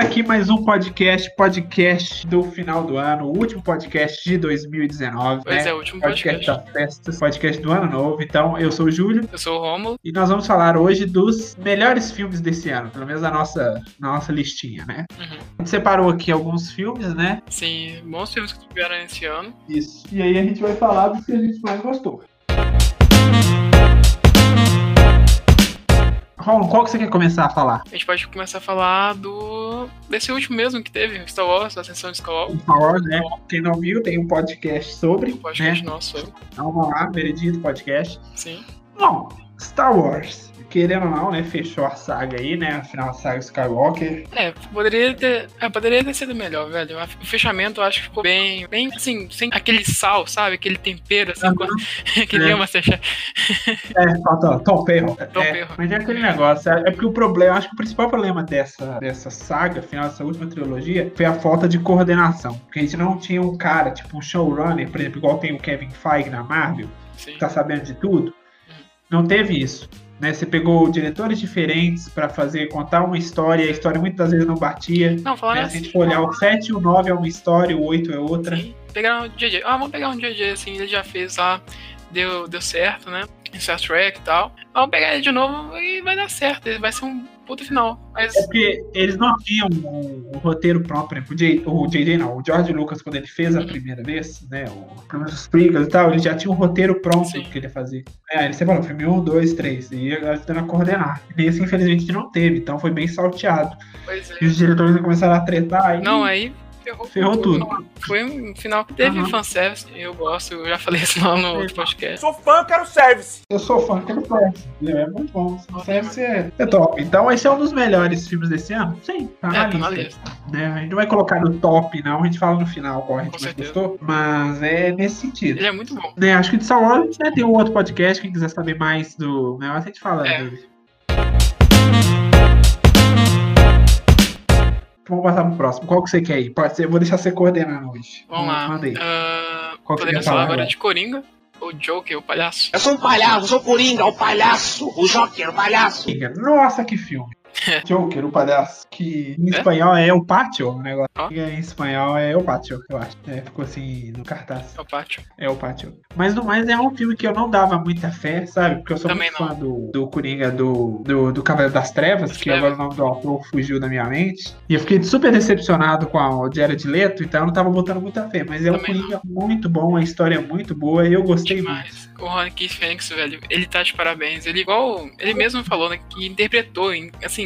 aqui mais um podcast, podcast do final do ano, o último podcast de 2019. Pois né? é, o último Podcast podcast. da festa, podcast do ano novo. Então, eu sou o Júlio Eu sou o Romulo. e nós vamos falar hoje dos melhores filmes desse ano, pelo menos na nossa, na nossa listinha, né? Uhum. A gente separou aqui alguns filmes, né? Sim, bons filmes que tiveram esse ano. Isso. E aí a gente vai falar dos que a gente mais gostou. Ron, qual que você quer começar a falar? A gente pode começar a falar do. desse último mesmo que teve, Star Wars, Ascensão de Skywalker. O Power, né? Quem não viu, tem um podcast sobre, O podcast né? nosso, Então vamos lá, Veredito Podcast. sim. Bom, Star Wars. Querendo ou não, né? Fechou a saga aí, né? Afinal, a saga Skywalker. É, poderia ter, é, poderia ter sido melhor, velho. O fechamento eu acho que ficou bem, bem assim, sem aquele sal, sabe? Aquele tempero, assim, Aham. quando, que nem É. o Masterchef. É, falta Tom Perro. Tom é, Perro. Mas é aquele negócio. É é porque o problema, acho que o principal problema dessa, dessa saga, afinal, dessa última trilogia, foi a falta de coordenação. Porque a gente não tinha um cara, tipo um showrunner, por exemplo, igual tem o Kevin Feige na Marvel. Sim. tá sabendo de tudo. Não teve isso. Né? Você pegou diretores diferentes pra fazer contar uma história, e a história muitas vezes não batia. Não, falando né? Se a assim. gente for olhar o 7 e o 9 é uma história, o 8 é outra. Sim, pegar um JJ. Ah, vamos pegar um JJ assim, ele já fez lá, deu, deu certo, né? Em Star Trek e tal. Ah, Vamos pegar ele de novo e vai dar certo. ele Vai ser um puto final. Mas É porque eles não tinham o, o roteiro próprio, por exemplo, o, J- o JJ não, o George Lucas, quando ele fez Uhum. a primeira vez, né, o primeiro dos Prequels e tal, ele já tinha um roteiro pronto Sim. do que ele ia fazer. É, ele separou filme 1, 2, 3, e ia ajudando a coordenar. E esse, infelizmente, não teve, então foi bem salteado. pois E é. os diretores começaram a tretar, e Não, é. aí ferrou, ferrou tudo. Foi um final que teve Aham. fanservice. Eu gosto, eu já falei isso lá no outro podcast. Sou fã, quero service. Eu sou fã do Fanservice. É muito bom. Fanservice é, é top. Então, esse é um dos melhores filmes desse ano? Sim, tá na É, tá na lista. lista. né? A gente não vai colocar no top, não. A gente fala no final qual a gente Com mais certeza. gostou. Mas é nesse sentido. Ele é muito bom. Né, acho que de Star Wars a gente vai ter um outro podcast. Quem quiser saber mais do negócio, a gente fala. né? É. dele. Vamos passar pro próximo. Qual que você quer ir? Pode ser, eu vou deixar você coordenando hoje. Vamos lá. Manda aí. Ah, Qual que você quer falar podemos falar agora agora? de Coringa, ou Joker, o palhaço. Eu sou um palhaço, sou o Coringa, o palhaço, o Joker, o palhaço. Nossa, que filme! Joker, o palhaço, que em É? espanhol é o pátio, o negócio. Ó. Em espanhol é o pátio, eu acho. É, ficou assim no cartaz. É o pátio. É o pátio. Mas no mais é um filme que eu não dava muita fé, sabe? Porque eu sou Também muito não. fã do, do Coringa do, do, do Cavaleiro das Trevas, Das que agora o nome do autor fugiu da minha mente. E eu fiquei super decepcionado com a, o Jared Leto, então eu não tava botando muita fé. Mas é um Também não. Coringa muito bom, a história é muito boa e eu gostei muito. Demais. O Ron Keith Phoenix, velho, ele tá de parabéns. Ele igual. Ele mesmo falou, né? Que interpretou, em- assim,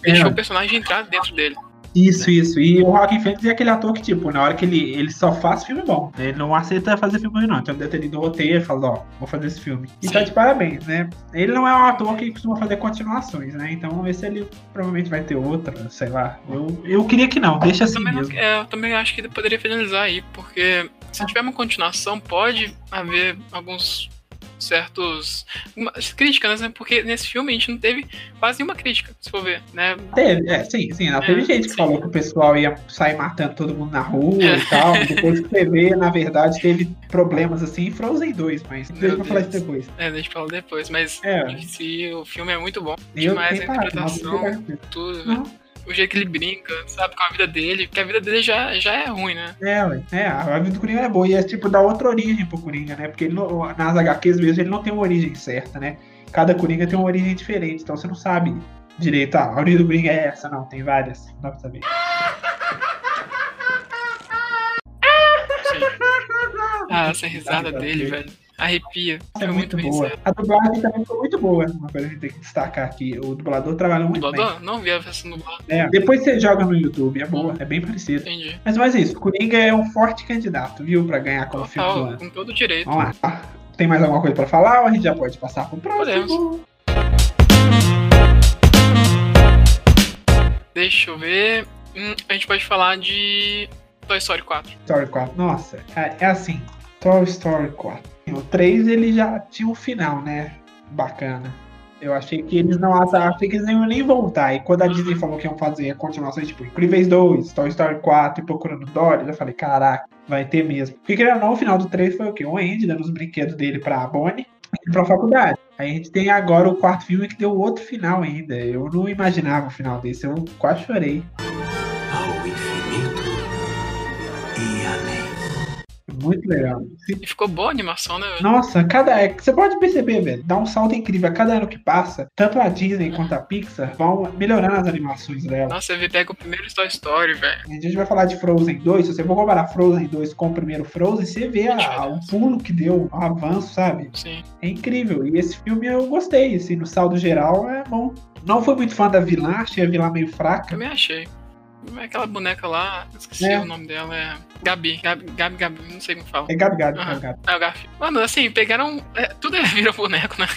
deixou o personagem entrar dentro dele. Isso, Né? isso. E o Joaquin Phoenix é aquele ator que, tipo, na hora que ele, ele só faz filme bom. né? Ele não aceita fazer filme ruim, não. Então deve ter lido o roteiro e falou, ó, vou fazer esse filme. E Sim. tá de parabéns, né? Ele não é um ator que costuma fazer continuações, né? Então esse ele provavelmente vai ter outra, sei lá. Eu, eu queria que não, deixa Eu assim também, não- mesmo. é, eu também acho que poderia finalizar aí, porque se tiver uma continuação, pode haver alguns certos umas críticas, né? Porque nesse filme a gente não teve quase nenhuma crítica, se for ver, né? Teve, é, sim, sim. Não, teve É, gente que sim. É. falou que o pessoal ia sair matando todo mundo na rua e tal. Depois que você vê, na verdade, teve problemas assim em Frozen 2, mas Meu deixa eu falar isso Deus. depois. É, deixa eu falar depois, mas É. em si, o filme é muito bom, Eu Demais fiquei a parado, mas eu interpretação. fiquei parado. tudo, Não, o jeito que ele brinca, sabe, com a vida dele, porque a vida dele já, já é ruim, né? É, ué. é, a vida do Coringa é boa. E é tipo dar outra origem pro Coringa, né? Porque ele não- nas HQs mesmo ele não tem uma origem certa, né? Cada Coringa tem uma origem diferente, então você não sabe direito. Ah, a origem do Coringa é essa, não, tem várias, não dá pra saber. Sim. Ah, essa risada dele, velho. Arrepia. É Foi muito muito bem boa. certo. A dublagem também foi muito boa, uma coisa que a gente tem que destacar aqui. O dublador trabalhou muito bem. Dublador? Não vi a versão dublada, né? Depois você joga no YouTube, é boa, é bem parecido. entendi. Mas mais isso, o Coringa é um forte candidato, viu, pra ganhar como filme do Total, ano. com todo direito. Vamos lá. Ah, Tem mais alguma coisa pra falar ou a gente já pode passar pro próximo? Deixa eu ver. Hum, a gente pode falar de Toy Story 4. Toy Story 4. Nossa, cara, é assim. Toy Story 4. O 3 ele já tinha um final, né? Bacana. Eu achei que eles não achei que eles não iam nem voltar. E quando a Disney falou que iam fazer a continuação, tipo, Incríveis 2, Toy Story 4 e Procurando Dory, eu já falei, caraca, vai ter mesmo. Porque querendo ou não, o final do 3 foi o quê? O Andy dando os brinquedos dele pra Bonnie e pra faculdade. Aí a gente tem agora um o quarto filme que deu outro final ainda. Eu não imaginava o final desse, eu quase chorei. muito legal. E ficou boa a animação, né? velho? Nossa, cada. é que Você pode perceber, velho. Dá um salto incrível. A cada ano que passa, tanto a Disney quanto a Pixar vão melhorando as animações dela. Nossa, ele pega o primeiro Toy Story, velho. A gente vai falar de Frozen 2. Se você for comparar Frozen 2 com o primeiro Frozen, você vê a- o pulo que deu, o avanço, sabe? Sim. É incrível. E esse filme eu gostei, assim, no saldo geral é bom. Não fui muito fã da vilã, achei a vilã meio fraca. Também achei. Como é Aquela boneca lá, esqueci É. o nome dela, é. Gabi. Gabi, Gabi, Gabi, não sei como fala. É gato, gato, Aham. gato, gato. Ah, o Garfield. Mano, assim, pegaram. é, tudo vira boneco né?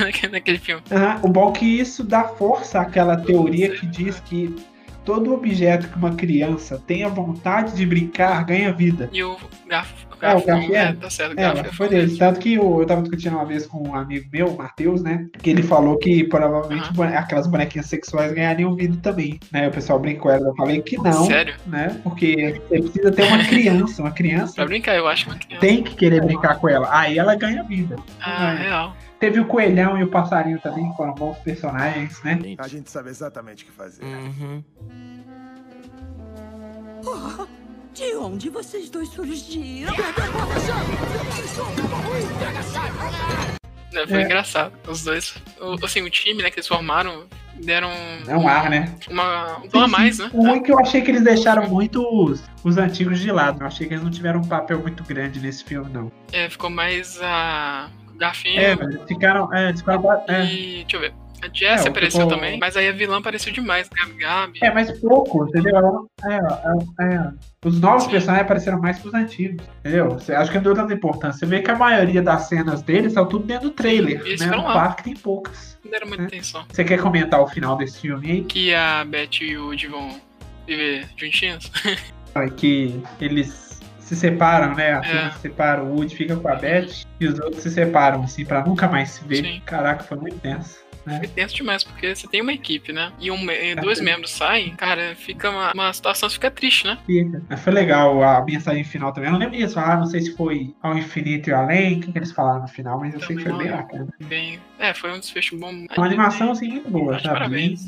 Naquele- naquele filme. Aham, O bom é que isso dá força àquela teoria que diz que todo objeto que uma criança tenha vontade de brincar ganha vida. E o Garf. O É, o Garf não, Garfield. é, tá certo, o É, Garf mas foi dele. Tanto que eu, eu tava discutindo uma vez com um amigo meu, o Matheus, né? Que ele falou que provavelmente Aham. bone- aquelas bonequinhas sexuais ganhariam vida também. Né? O pessoal brincou ela, eu falei que não, Sério? né? Porque você precisa ter uma criança. Uma Pra criança brincar, eu acho que é uma criança. tem que querer brincar com ela. Aí ela ganha vida. Ah, né? real. Teve o coelhão e o passarinho também, que foram bons personagens, né? A gente sabe exatamente o que fazer. De onde vocês dois surgiram? É, Foi É. engraçado. Os dois. o- assim, o time, né, que eles formaram, deram É um ar, né? uma. Um tom a mais, né? O ruim é que eu achei que eles deixaram muito os, os antigos de lado. Eu achei que eles não tiveram um papel muito grande nesse filme, não. É, ficou mais a. o Garfinho. É, velho, ficaram. É, eles ficaram. É. E deixa eu ver. A Jess É, o apareceu Pitbull. também, mas aí a vilã apareceu demais, Gabi Gabi. É, mas pouco, entendeu? É, é, é. Os novos personagens apareceram mais que os antigos, entendeu? Você- Acho que não deu tanta importância. Você vê que a maioria das cenas deles são tudo dentro do trailer, Eles né? ficaram No lá. parque tem poucas. Não deram muita atenção. Você quer comentar o final desse filme aí? Que a Beth e o Woody vão viver juntinhos. É Que eles se separam, né? A É. é. se separa, o Woody fica com a Beth e os outros se separam, assim, pra nunca mais se ver. Sim. Caraca, foi muito tenso. né? É tenso demais, porque você tem uma equipe, né? E, um, É. e dois membros saem, cara, fica uma, uma situação fica triste, né? Fica. Mas é, foi legal a mensagem final também. Eu não lembro disso. Ah, não sei se foi ao infinito e além, o que, que eles falaram no final, mas eu sei que foi Também bem não. bacana. Bem. É, foi um desfecho bom. Uma animação, assim, muito boa, Tá de sabe? parabéns.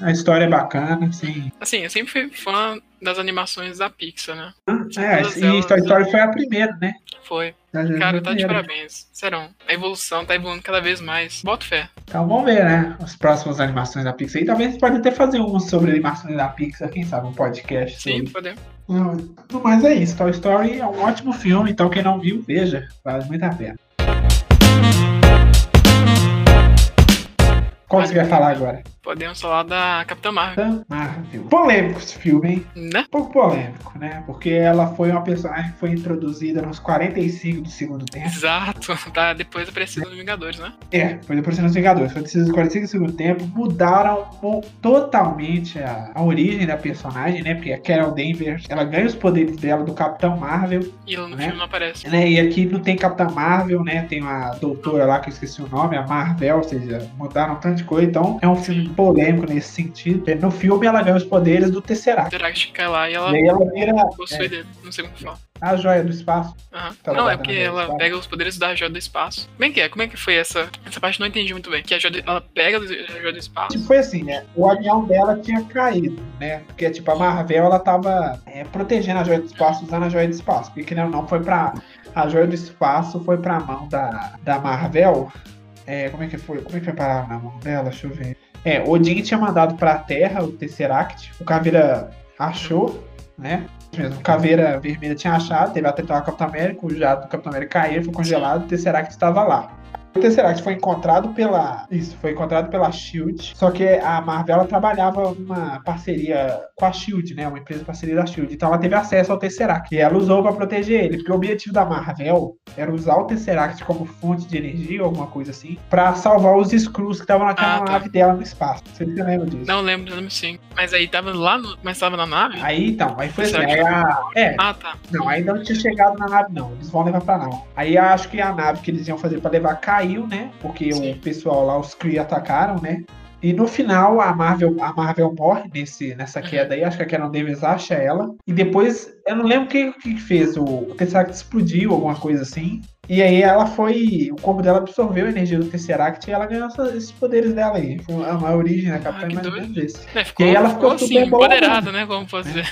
A história é bacana, assim. Assim, eu sempre fui fã das animações da Pixar, né? É, todas e elas, Toy né? Story foi a primeira, né? Foi. Às vezes é Cara, a tá de primeira. parabéns. Serão. A evolução tá evoluindo cada vez mais. Boto fé. Então vamos ver, né? As próximas animações da Pixar. E talvez pode até fazer um sobre animações da Pixar, quem sabe, um podcast Sim, sobre. poder. Hum, Mas é isso, Toy Story é um ótimo filme, então quem não viu, veja, vale muito a pena. Qual que você vai falar agora? Podemos falar da Capitã Marvel, Capitã Marvel. Polêmico esse filme, hein? né? Um pouco polêmico, né? Porque ela foi uma personagem que foi introduzida nos 45 do segundo tempo. Exato. Tá depois aparecendo nos Vingadores, né? É, foi depois dos Vingadores. Foi introduzido nos 45 do segundo tempo. Mudaram mo- totalmente a, a origem da personagem, né? Porque a Carol Danvers, ela ganha os poderes dela do Capitão Marvel. E ela no Né? filme não aparece. né? E aqui não tem Capitã Marvel, né? Tem uma doutora lá que eu esqueci o nome, a Marvel, ou seja, mudaram tanta coisa. Então é um filme polêmico nesse sentido. No filme ela ganha os poderes do Tesseract. Será que cai lá e ela E aí ela vira possui dele? Não sei como fala. a joia do espaço. Aham. é. Tá não, é guardando porque aí, ela tá? pega os poderes da joia do espaço. Como é que é? Como é que foi essa? Essa parte eu não entendi muito bem. Que a joia do- ela pega a joia do espaço. Tipo, foi assim, né? O avião dela tinha caído, né? Porque, tipo, a Marvel, ela tava é, protegendo a joia do espaço, usando a joia do espaço. Porque, querendo ou não, foi pra... A joia do espaço foi pra mão da, da Marvel. É, como é que foi? Como é que foi parar na mão dela? Deixa eu ver. É, Odin tinha mandado pra Terra o Tesseract. O Caveira achou, né? Isso Mesmo, o Caveira Vermelha tinha achado, teve até com o Capitão América, o jato do Capitão América caiu, foi congelado, o Tesseract estava lá. O Tesseract foi encontrado pela. Isso, foi encontrado pela Shield. Só que a Marvel ela trabalhava uma parceria com a Shield, né? Uma empresa parceria da Shield. Então ela teve acesso ao Tesseract. E ela usou pra proteger ele. Porque o objetivo da Marvel era usar o Tesseract como fonte de energia ou alguma coisa assim. Pra salvar os Skrulls que estavam naquela Ah, tá. nave dela no espaço. Não sei se você lembra disso. Não lembro do nome sim. Mas aí tava lá no. Mas tava na nave? Aí então, aí foi assim. Tesseract. Aí a, é, Ah, tá. não, ainda não tinha chegado na nave, não. Eles vão levar pra nave. Aí acho que a nave que eles iam fazer pra levar caiu, né? Porque Sim. o pessoal lá, os Kree atacaram, né? E no final, a Marvel, a Marvel morre nesse, nessa Uhum. queda aí. Acho que a Carol Davis acha ela. E depois, eu não lembro o que, o que que fez. O, o Tesseract explodiu, alguma coisa assim. E aí ela foi. O corpo dela absorveu a energia do Tesseract e ela ganhou essa- esses poderes dela aí. Foi a maior origem da Capitã Ah, que mais ou doido. menos esse. É, ficou, E aí ela ficou, ficou assim, super boladona. empoderada, né? Como posso dizer.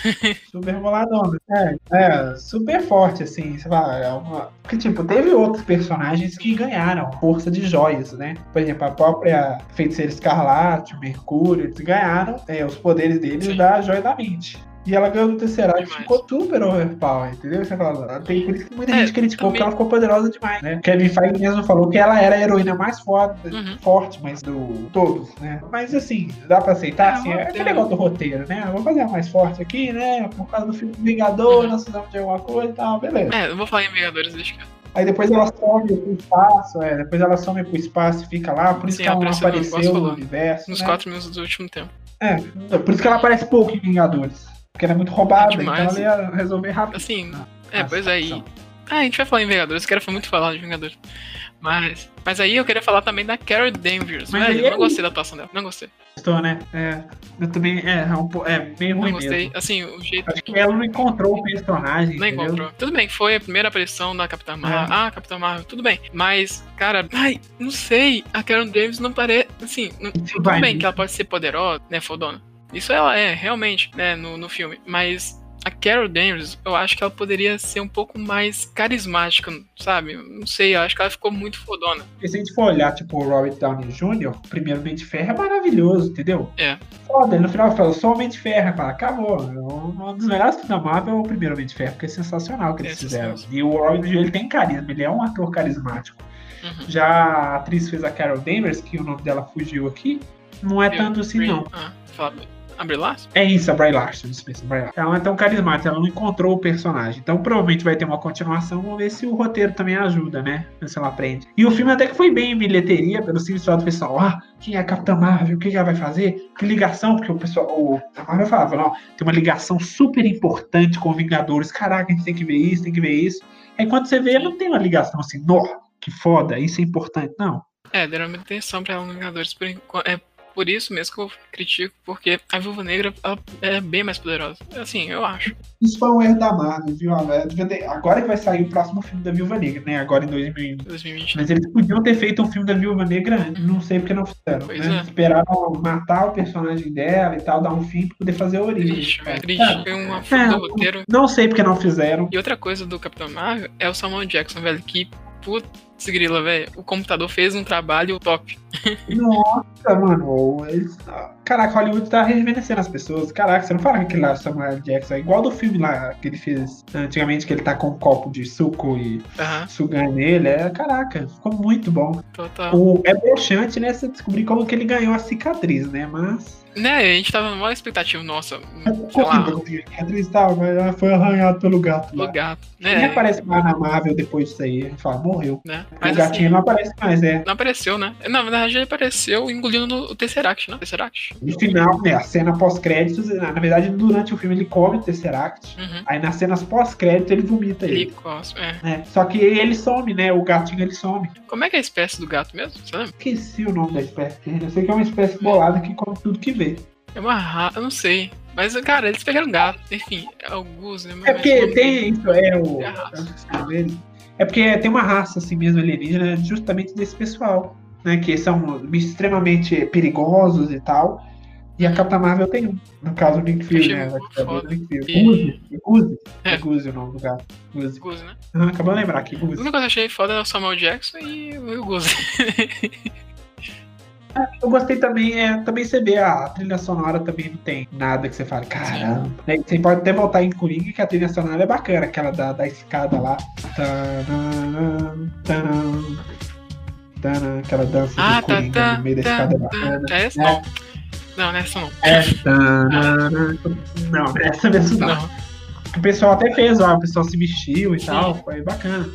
Super boladona. É, é, super forte, assim, sei lá. é uma- Porque, tipo, teve outros personagens que ganharam força de joias, né? Por exemplo, a própria Feiticeira Escarlate, o Mercúrio, eles ganharam é, os poderes deles Sim. da joia da mente. E ela ganhou do Tesseract e Demais. ficou super overpower, entendeu? Você fala, tem por isso que muita É, gente criticou, também- porque ela ficou poderosa demais, né? Kevin Feige mesmo falou que ela era a heroína mais forte, Uhum. forte, mas do todos, né? Mas assim, dá pra aceitar, É, assim, o é aquele roteiro. negócio do roteiro, né? Vamos fazer a mais forte aqui, né? Por causa do filme Vingador, Uhum. nós precisamos de alguma coisa e tal, beleza. É, eu vou falar em Vingadores, deixa que é Aí depois ela some pro espaço, é, depois ela some pro espaço e fica lá, por isso Sim, que ela não apareceu no apareceu negócio no falando. universo. nos né? quatro minutos do último tempo. É, então, por isso que ela aparece pouco em Vingadores. Porque ela é muito roubada, É então demais. ela ia resolver rápido. Assim, Ah, tá. é, essa pois aí. opção. Ah, a gente vai falar em Vingadores, eu quero muito falar de Vingadores. Mas, mas aí eu queria falar também da Carol Danvers. Mas velho, aí- é um eu não gostei da atuação dela, não gostei. Gostou, né? É, eu também, é, é, um, po- é bem Não ruim gostei. mesmo. Assim, o jeito. Acho que ela não encontrou o personagem, Não entendeu? É. encontrou. Tudo bem, foi a primeira aparição da Capitã Marvel. Ah, Capitã Marvel, tudo bem. Mas, cara, ai, não sei. A Carol Davis não parece. Assim, não, Esse tudo bem vibe. que ela pode ser poderosa, né, fodona. Isso ela é, realmente, né, no, no filme. Mas a Carol Danvers, eu acho que ela poderia ser um pouco mais carismática, sabe? Não sei, eu acho que ela ficou muito fodona. Porque se a gente for olhar, tipo, o Robert Downey Jr., o primeiro Mente de Ferro é maravilhoso, entendeu? É. Foda, ele no final fala só o Mente de Ferro, fala, acabou. É Um um dos melhores filmes da Marvel é o primeiro Mente de Ferro, porque é sensacional o que É eles fizeram. sensacional. E o Robert Downey Jr., ele tem carisma, ele é um ator carismático. Uhum. Já a atriz fez a Carol Danvers, que o nome dela fugiu aqui, não é Eu- tanto assim, não. Ah, fala, abre laço? É isso, a Brie Larson, isso mesmo, a Brie Larson. Ela não é tão carismática, ela não encontrou o personagem. Então provavelmente vai ter uma continuação, vamos ver se o roteiro também ajuda, né? Ver Se ela aprende. E o filme até que foi bem em bilheteria, pelo simples fato do pessoal, ah, quem é a Capitã Marvel? O que ela vai fazer? Que ligação? Porque o pessoal, o, a Marvel falava, não, tem uma ligação super importante com Vingadores. Caraca, a gente tem que ver isso, tem que ver isso. Aí quando você vê, não tem uma ligação assim, nó, que foda, isso é importante. Não. É, deram muita atenção pra ela no Vingadores. Por, enquanto- é por isso mesmo que eu critico, porque a Viúva Negra ela é bem mais poderosa. Assim, eu acho. Isso foi um erro da Marvel, viu? Agora que vai sair o próximo filme da Viúva Negra, né? Agora em 2020. 2020. Mas eles podiam ter feito um filme da Viúva Negra antes, não sei porque não fizeram. Pois né? é. Esperaram matar o personagem dela e tal, dar um fim pra poder fazer a origem. Triste, cara. velho. Triste. Foi uma foda do roteiro. Não sei porque não fizeram. E outra coisa do Capitão Marvel é o Samuel Jackson, velho, que putz grila, velho. O computador fez um trabalho top. Nossa, mano. eles- Caraca, Hollywood tá rejuvenescendo as pessoas. Caraca, você não fala que aquele lá Samuel Jackson é igual do filme lá que ele fez antigamente, que ele tá com um copo de suco e Aham, sugando ele. É, caraca, ficou muito bom. total. O, é broxante, né? Você descobrir como que ele ganhou a cicatriz, né? Mas. Né, a gente tava na maior expectativa, nossa, sei lá, Horrível, Beatriz tava, mas ela foi arranhada pelo gato do lá. gato. Nem Né, aparece mais na Marvel depois disso aí. Ele fala, morreu. né? o Mas assim, gatinho não aparece mais, é. não apareceu, né? Não, na verdade ele apareceu engolindo o Tesseract, né? Tesseract. No final, né, a cena pós-créditos, na na verdade, durante o filme ele come o Tesseract. Uhum. Aí nas cenas pós-créditos ele vomita ele. Ele cospe, é. né? Só que ele some, né? O gatinho ele some. Como é que é a espécie do gato mesmo? Você lembra? Esqueci o nome da espécie. Eu sei que é uma espécie bolada que come tudo que vê. É uma ra... Eu não sei. Mas, cara, eles pegaram um gato. Enfim, é o Gus, né? É Mas- porque tem isso, é o. É a raça. É porque tem uma raça assim mesmo alienígena justamente desse pessoal, né? Que são bichos extremamente perigosos e tal. E a Capitã Marvel tem um. No caso, o Nick Fury, Achei né? Vai muito saber foda. do Nick Fury. E- Guzi. Guzi. É. É Guzi o nome do gato. Guzi. Gus, né? Ah, acabou de lembrar aqui, A Guzi. única coisa que eu achei foda é o Samuel Jackson e o Gus. Eu gostei também, é, também você vê a trilha sonora também não tem nada que você fale, caramba. Né, Você pode até voltar em Coringa que a trilha sonora é bacana, aquela da, da escada lá. Tanam, tanam, tanam, aquela dança Ah, do tá, Coringa tá. no meio da tá, escada é tá. bacana. É essa né? não. Não, não é essa não. Tanam. Não, essa mesmo É não. Não. O pessoal até fez, ó, o pessoal se vestiu e tal, foi bacana.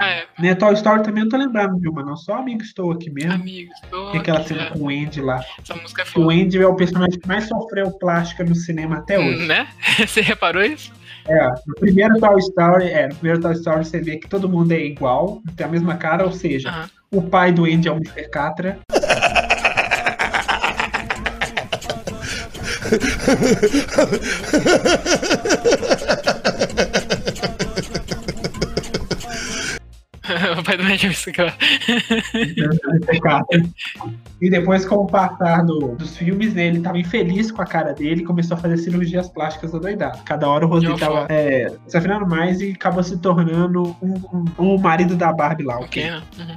Ah, é. Né, Toy Story também eu não tô lembrando de uma, não, só amigo estou aqui mesmo. Amigos. tô Tem aquela aqui, cena né? com o Andy lá. Essa música é que o foda. Andy é o personagem que mais sofreu plástica no cinema até hoje. Né? Você reparou isso? É, no primeiro Toy Story, é, no primeiro Toy Story você vê que todo mundo é igual, tem a mesma cara, ou seja, Aham. o pai do Andy é o Mr. Catra. o pai do Ned é o Scott. Ah, E depois, com o passar do- dos filmes, né, ele tava infeliz com a cara dele e começou a fazer cirurgias plásticas adoidado. Cada hora o Rodrigo Eu vou- tava é, se afinando mais e acabou se tornando um, um- o marido da Barbie lá, o Ok, Ken. né? Uhum.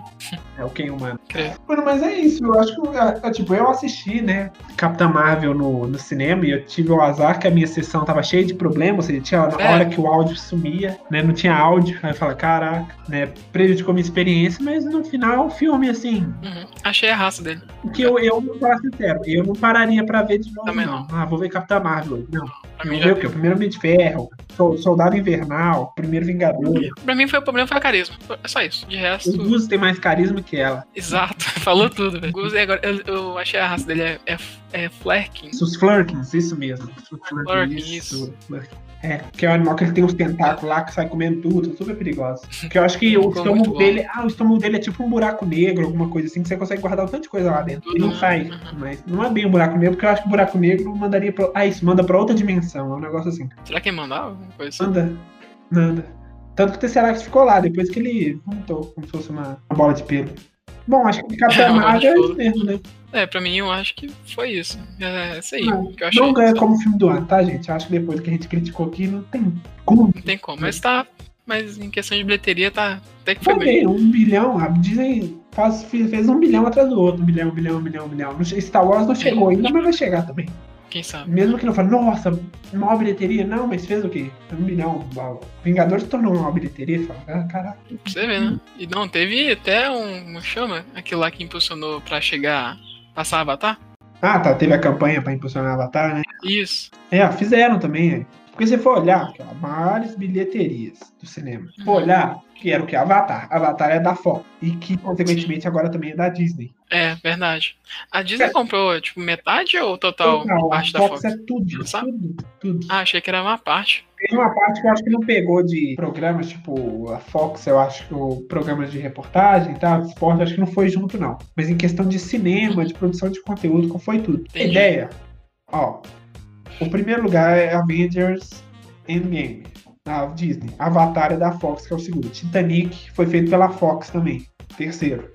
É o Ken humano. Creio. Mano, mas é isso. Eu acho que, é, é, tipo, eu assisti, né, Capitã Marvel no, no cinema e eu tive o azar que a minha sessão tava cheia de problemas. Ou seja, tinha hora- É. hora que o áudio sumia, né, não tinha áudio. Aí eu falei, caraca, né, prejudicou minha experiência, mas no final, o filme, assim, Uhum. Achei a raça dele. que eu, eu vou falar sincero, eu não pararia pra ver de novo, Também não. Ah, vou ver Capitã Marvel. Não, Pra não mim, ver já... o quê? O Primeiro Homem de Ferro, Sol- Soldado Invernal, Primeiro Vingador. pra mim foi o problema foi a carisma. É só isso. De O resto, Gus tem mais carisma que ela. exato. Falou tudo, velho. Gus, é agora, eu, eu achei a raça dele é, é, é Flerkin. Os Flurkins, isso mesmo. Flurkins, Flurkins. É, que é o animal que ele tem uns tentáculos lá que sai comendo tudo, é super perigoso. Que eu acho que o Ficou muito estômago bom. dele. Ah, o estômago dele é tipo um buraco negro, alguma coisa assim, que você consegue guardar um tanto de coisa lá dentro. Tudo, E não né? sai. Uhum. Mas não é bem um buraco negro, porque eu acho que o buraco negro mandaria pra. Ah, isso manda pra outra dimensão. É um negócio assim. Será que ele mandava alguma coisa assim? Nada. Nada. Tanto que o Tesseract ficou lá, depois que ele montou como se fosse uma, uma bola de pelo. Bom, acho que Capitã Eu Marvel é acho- isso mesmo, né? É, pra mim eu acho que foi isso. É isso aí. Não, que eu achei. Não ganha como filme do ano, tá, gente? Eu acho que depois que a gente criticou aqui, não tem como. Não tem como. Mas tá. Mas em questão de bilheteria, tá. Até que foi Foi bem. bem, um bilhão, a Disney faz, fez fez um bilhão atrás do outro, um bilhão, um bilhão, um bilhão, um bilhão. Não che- Star Wars não chegou ainda, mas vai chegar também. Quem sabe? Mesmo que não fale, nossa, maior bilheteria, não, mas fez o quê? Um bilhão, uau. Vingadores tornou uma bilheteria, fala, ah, caraca. Pra você ver, né? E não, teve até um. Como chama? Aquilo lá que impulsionou pra chegar. Passar Avatar? Ah, tá, teve a campanha pra impulsionar Avatar, né? Isso. É, fizeram também. né? Porque se for olhar, cara, maiores bilheterias do cinema. Se Uhum. for olhar, que era o que? Avatar. Avatar é da Fox. E que, consequentemente, agora também é da Disney. É, verdade. A Disney É. comprou, tipo, metade ou total Total, Então, parte a da Fox Fox? é tudo, Sabe? tudo, tudo. Ah, achei que era uma parte. Tem uma parte que eu acho que não pegou de programas, tipo a Fox, eu acho que o programa de reportagem e tal, esporte, eu acho que não foi junto, não. Mas em questão de cinema, de produção de conteúdo, foi tudo. Tem Entendi. Ideia? Ó, o primeiro lugar é Avengers Endgame, da Disney. Avatar é da Fox, que é o segundo. Titanic foi feito pela Fox também, terceiro.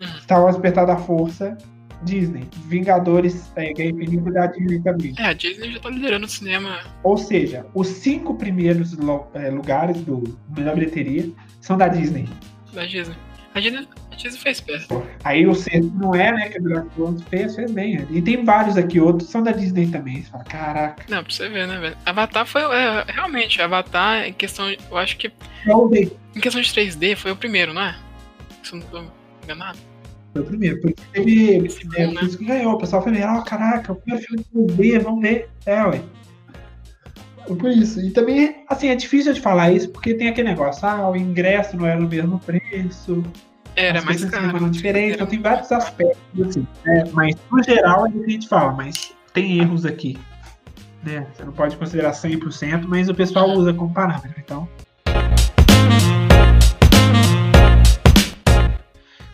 Uhum. Star Wars Despertar da Força, Disney. Vingadores, é, Guerra Infinita da Disney também. É, a Disney já tá liderando o cinema. Ou seja, os cinco primeiros lo- eh, lugares do melhor bilheteria são da Disney. da Disney. A Disney, a Disney fez perto. Aí o sexto não é, né? Que o Dragon Ball fez, fez bem. né? E tem vários aqui, outros são da Disney também. Você fala, caraca. Não, pra você ver, né, velho? Avatar foi. É, realmente, Avatar, em questão. Eu acho que. Golden Em questão de 3D, foi o primeiro, não é? Se eu não tô enganado. foi o primeiro. Por isso que teve. Esse É, bom, por né? isso que ganhou. O pessoal foi ver, ó, caraca, o primeiro filme que eu vi, vamos ver. É, ué. Por isso. E também, assim, é difícil de falar isso, porque tem aquele negócio, ah, o ingresso não era o mesmo preço. É, Era as mais pessoas caro. tipo, lembram tá diferente, Era- então tem vários aspectos, assim, né? Mas no geral é o que a gente fala, mas tem erros aqui. Né? Você não pode considerar 100%, mas o pessoal Uhum. usa como parâmetro, então.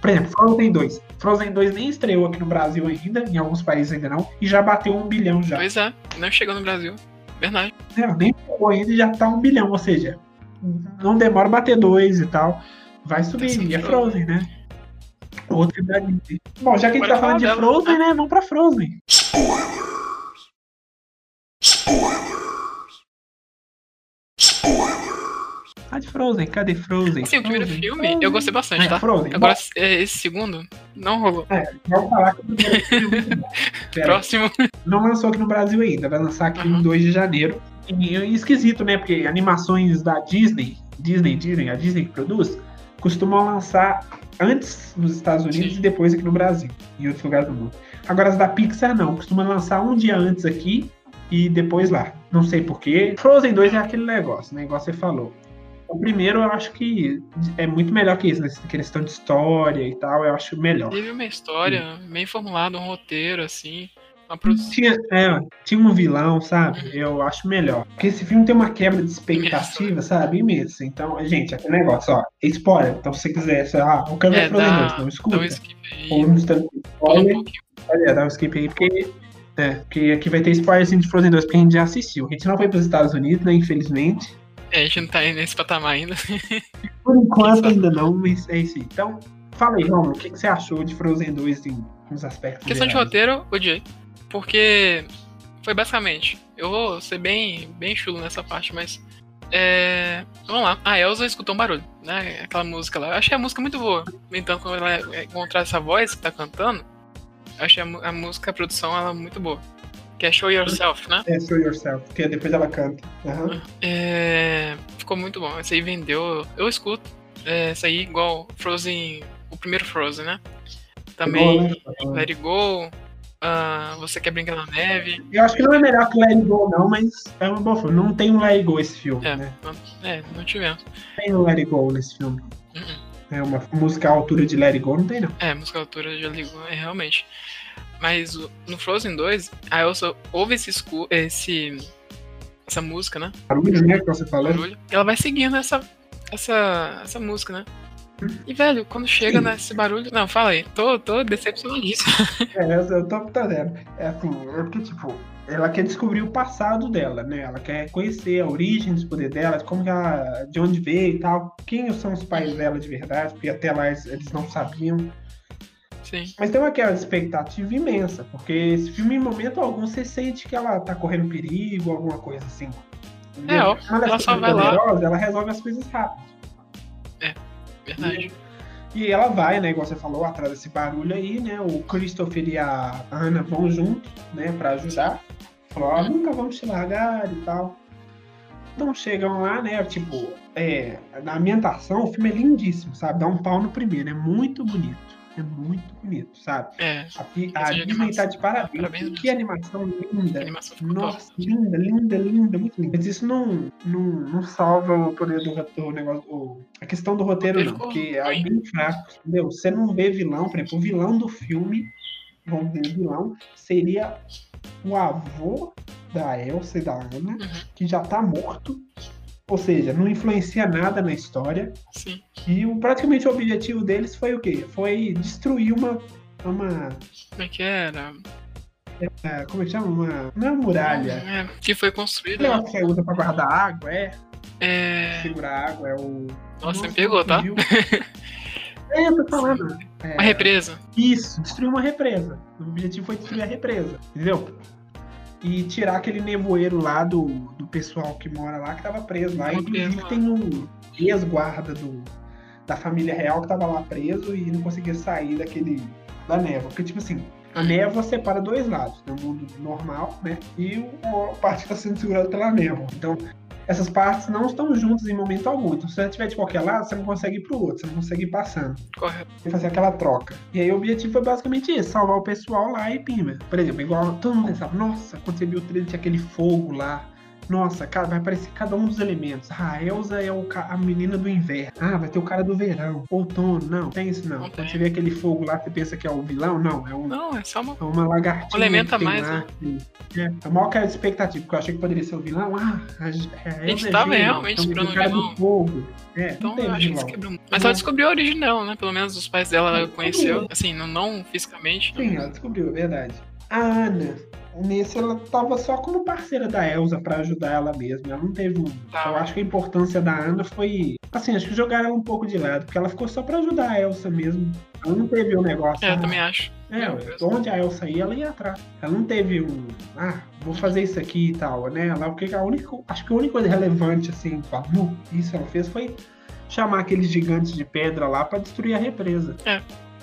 Por exemplo, Frozen 2. Frozen 2 nem estreou aqui no Brasil ainda, em alguns países ainda não, e já bateu um bilhão já. Pois é, não chegou no Brasil. Verdade. Né? Nem chegou ainda e já tá um bilhão, ou seja, não demora a bater dois e tal. Vai subir, sendo e é Frozen, Frozen. né? Outro da Disney. Bom, já que a gente Bora tá falando de falar dela. Frozen, né? Vamos pra Frozen. Ah, de Frozen, cadê Frozen? Assim, o primeiro Frozen, filme Frozen. eu gostei bastante, Uhum. É, tá? Frozen. Agora, é, esse segundo, não rolou. Bom, vamos falar que o primeiro filme. é Pera aí. Próximo. Não lançou aqui no Brasil ainda, vai lançar aqui Aham. em 2 de janeiro. E é esquisito, né? Porque animações da Disney, Disney, Disney, a Disney que produz, costumam lançar antes nos Estados Unidos Sim. e depois aqui no Brasil, em outros lugares do mundo. Agora as da Pixar não, costuma lançar um dia antes aqui e depois lá. Não sei porquê. Frozen 2 é aquele negócio, né? Igual você falou. O primeiro eu acho que é muito melhor que isso, né? Questão de história e tal, eu acho melhor. Teve uma história meio formulada, um roteiro, assim. Uma produção. Tinha, é, tinha um vilão, Uhum. sabe? Eu acho melhor. Porque esse filme tem uma quebra de expectativa, sabe? Imensa. Então, gente, é aquele negócio, ó. é Spoiler. Então, se você quiser, sei lá, o câmera É, é, Frozen dá- 2, não escuta. Então, skip aí. Ou não está Fala um spoiler. pouquinho. Olha, dá um skip aí, porque. É, porque aqui vai ter spoiler assim, de Frozen 2, porque a gente já assistiu. A gente não foi pros Estados Unidos, né? Infelizmente. É, a gente não tá aí nesse patamar ainda. Por enquanto ainda não, mas é isso aí. Então, fala aí, Romulo, o que, que você achou de Frozen 2 em uns aspectos Questão de gerais? roteiro, odiei. Porque foi basicamente. Eu vou ser bem, bem chulo nessa parte, mas. é, vamos lá. A Elsa escutou um barulho, né? Aquela música lá. Eu achei a música muito boa. No entanto, quando ela encontrar essa voz que tá cantando, eu achei a, mu- a música, a produção, ela muito boa. Que é Show Yourself, né? É, Show Yourself, porque depois ela canta. Aham. É, ficou muito bom. Esse aí vendeu. Eu escuto. É, esse aí, igual Frozen. O primeiro Frozen, né? Também. Igual, né? Let It Go, ah, Você Quer Brincar na Neve. Eu acho que não é melhor que Let It Go, não, mas é um bom filme. Não tem um Let It Go esse filme, É, né? não- é, não tivemos. Não tem um Let It Go nesse filme. Uhum. É uma música à altura de Let It Go, não tem, não. É, música altura já ligou, é realmente. Mas o- no Frozen 2, a Elsa ouve esse, escu- esse essa música, né? Barulho, né, que você falou. Barulho. E ela vai seguindo essa, essa, essa música, né? E, velho, quando chega Sim. nesse barulho. Não, fala aí. Tô, tô decepcionadíssimo. É, eu- eu tô entendendo. É assim, é porque, tipo, ela quer descobrir o passado dela, né? Ela quer conhecer a origem dos poderes dela, como que ela, de onde veio e tal, quem são os pais Uhum. dela de verdade, porque até lá eles, eles não sabiam. Sim. Mas tem uma aquela expectativa imensa, porque esse filme, em momento algum, você sente que ela tá correndo perigo, alguma coisa assim. É, ó, Uma das ela só coisas vai lá. poderosas, ela resolve as coisas rápido. Verdade. E ela vai, né, igual você falou, atrás desse barulho aí, né? O Christopher e a Ana vão junto, né, pra ajudar. Falou, ó, nunca vamos te largar e tal. Então chegam lá, né, tipo, é, na ambientação o filme é lindíssimo, sabe? Dá um pau no primeiro, é muito bonito. É muito bonito, sabe? É, A, Fi- a Essa de Disney tá de parabéns. Parabéns que animação a linda. animação ficou top. Nossa, linda, linda, linda, muito linda. Mas isso não, não, não salva o poder do roteiro, o negócio, o- a questão do roteiro, Ele não, ficou porque é ruim. bem fraco, entendeu? Você não vê vilão, por exemplo, o vilão do filme, vamos dizer, vilão, seria o avô da Elsa e da Ana, Uhum. que já tá morto, ou seja, não influencia nada na história, Sim. e o, praticamente o objetivo deles foi o quê? Foi destruir uma. uma Como é que era? é, como é que chama? Uma, não é uma muralha. É, que foi construída. Não, que você usa pra guardar água, é. É... Segurar água, é o. Nossa, você me pegou, tá? fugiu. É, eu tô falando. É, Uma represa. Isso, destruir uma represa. O objetivo foi destruir a represa, entendeu? E tirar aquele nevoeiro lá do, do pessoal que mora lá, que tava preso lá. Tava Inclusive preso lá. tem um ex-guarda do, da família real que tava lá preso e não conseguia sair daquele. da névoa. Porque, tipo assim, a névoa separa dois lados, tem o mundo normal, né? E uma parte que tá sendo segurada pela névoa. Então, essas partes não estão juntas em momento algum. Então, se você estiver de qualquer lado, você não consegue ir pro outro, você não consegue ir passando Correto. e fazer aquela troca. E aí o objetivo foi basicamente isso, salvar o pessoal lá e pimba. Por exemplo, igual todo mundo pensava, nossa, quando você viu o trailer tinha aquele fogo lá. Nossa, cara, vai aparecer cada um dos elementos. Ah, a Elsa é o ca- a menina do inverno. Ah, vai ter o cara do verão, outono. Não, tem isso não. Não Quando tem. você vê aquele fogo lá, você pensa que é o vilão? Não, é um Não, é só uma. é uma lagartinha. Um elemento que a tem mais, né? lá, que- É, a maior cara de expectativa, porque eu achei que poderia ser o vilão. Ah, a, a Elsa é tava gênia, tá realmente então vai ter esperando o o cara vilão. do fogo. É, não um Então tem eu acho que isso vilão. quebrou muito. Mas ela descobriu a original, né? Pelo menos os pais dela ela Sim. conheceu. Assim, não, não fisicamente. Sim, ela descobriu, é verdade. A Ana, nesse ela tava só como parceira da Elsa pra ajudar ela mesma. Ela não teve um. Tá. Eu acho que a importância da Ana foi. Assim, acho que jogaram ela um pouco de lado, porque ela ficou só pra ajudar a Elsa mesmo. Ela não teve um negócio. É, ah, eu também acho. é, ué, onde a Elsa ia, ela ia atrás. Ela não teve um. Ah, vou fazer isso aqui e tal, né? Ela, porque a única, acho que a única coisa relevante, assim, pra nu, isso ela fez foi chamar aqueles gigantes de pedra lá pra destruir a represa.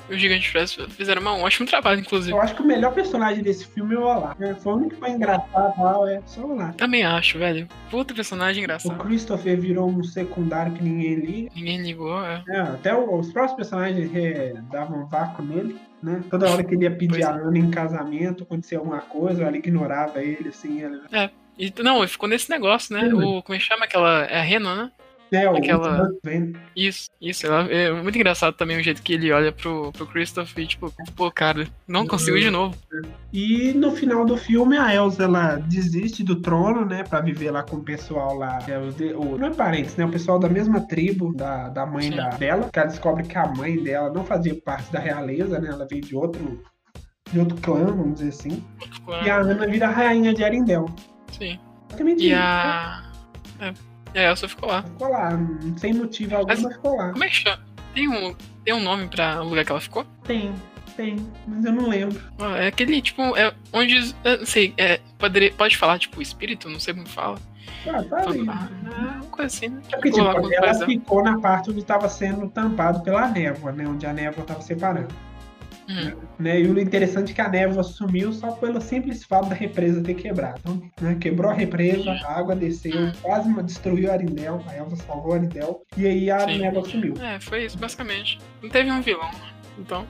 Os Gigantes Fresh fizeram uma- um ótimo trabalho, inclusive. Eu acho que o melhor personagem desse filme é o Olá. Foi o único que foi engraçado, tal, é só o Olá. Também acho, velho. Puta personagem O engraçado. Christopher virou um secundário que ninguém liga. Ninguém ligou, é. né? Até o- os próprios personagens é, davam vácuo nele, né? Toda hora que ele ia pedir Pois é. a Ana em casamento, acontecia alguma coisa, ela ignorava ele, assim. Ela... E, não, e ficou nesse negócio, né? Uhum. O, como é que chama aquela. É a Rena, né? É, o Aquela- Elizabeth Bennet. Isso, isso. Ela, é muito engraçado também o jeito que ele olha pro, pro Christopher e, tipo, pô, cara, não consigo Uhum. de novo. E no final do filme, a Elsa, ela desiste do trono, né? Pra viver lá com o pessoal lá. que é os de- o- não é parentes, né? O pessoal da mesma tribo da, da mãe Sim. da, dela. Que ela descobre que a mãe dela não fazia parte da realeza, né? Ela veio de outro, de outro clã, vamos dizer assim. Ficou, E a Ana vira a rainha de Arendelle. Sim. Basicamente E isso, a. É, É, ela só ficou lá. Ficou lá, sem motivo algum, Mas- mas ficou lá. Como é que chama? Tem um, tem um nome pra lugar que ela ficou? Tem, tem, mas eu não lembro. Ah, É aquele, tipo, é onde. eu Não sei, é, poderia, pode falar, tipo, espírito? Não sei como fala. Ah, tá ali. Ah, uma coisa assim, né? É porque, Ficou tipo, lá com o ela paizão. ficou na parte onde estava sendo tampado pela névoa, né? Onde a névoa estava separando. Uhum. Né? E o interessante é que a névoa sumiu só pelo simples fato da represa ter quebrado. Então, né? Quebrou a represa, a água desceu, Uhum. quase destruiu a Arindel, a Elva salvou a Arindel, e aí a Sim. névoa sumiu. É, foi isso, basicamente. Não teve um vilão. Então,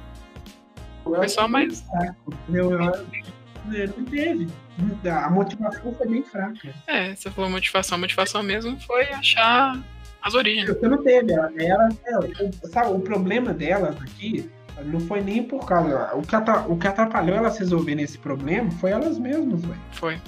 Foi só mais- Fraco, entendeu? Eu- né, Não teve. A motivação foi bem fraca. é, você falou motivação. A motivação mesmo foi achar as origens. Você não teve, ela, né? ela, ela- o- sabe, o problema delas aqui não foi nem por causa. O que, atra- o que atrapalhou elas resolverem esse problema foi elas mesmas, velho. Foi,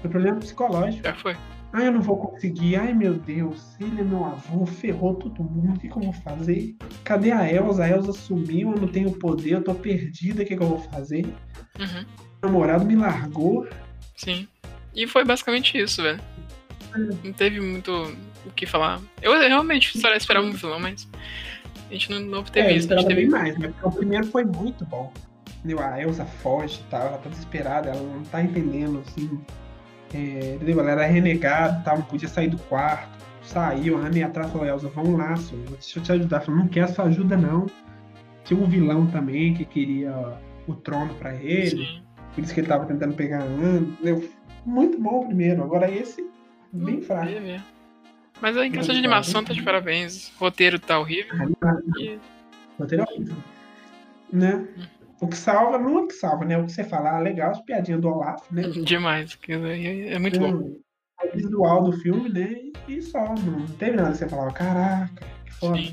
Foi problema psicológico. já foi. Ah, eu não vou conseguir. Ai, meu Deus, ele é meu avô, ferrou todo mundo. O que, que eu vou fazer? Cadê a Elsa? A Elsa sumiu, eu não tenho poder, eu tô perdida. O que, que eu vou fazer? Uhum, O namorado me largou. sim. E foi basicamente isso, velho. Uhum. Não teve muito o que falar. Eu realmente só esperava um vilão, mas. A gente não, não teve é, isso. A eu esperava gente teve bem mais, mas porque o primeiro foi muito bom. Entendeu? A Elsa foge e tal, ela tá desesperada, ela não tá entendendo, assim. É, entendeu? Ela era renegada e tal, não podia sair do quarto. Saiu, a Anne atrás falou, Elsa, vamos lá, só, deixa eu te ajudar. Ela Falou, não quero sua ajuda, não. Tinha um vilão também que queria o trono pra ele, Sim. por isso que ele tava tentando pegar a Anne. entendeu? Muito bom o primeiro, agora esse, bem fraco. Ia ver. Hum, Mas a questão Bem de animação fraco. tá de parabéns. O roteiro tá horrível. E, Roteiro horrível. Né? O que salva, não é o que salva, né? O que você fala, ah, legal, as piadinhas do Olaf, né? demais. aquilo aí É é muito Tem bom. A visual do filme, né? E só, não teve nada. que Você falava, caraca, que foda. Sim.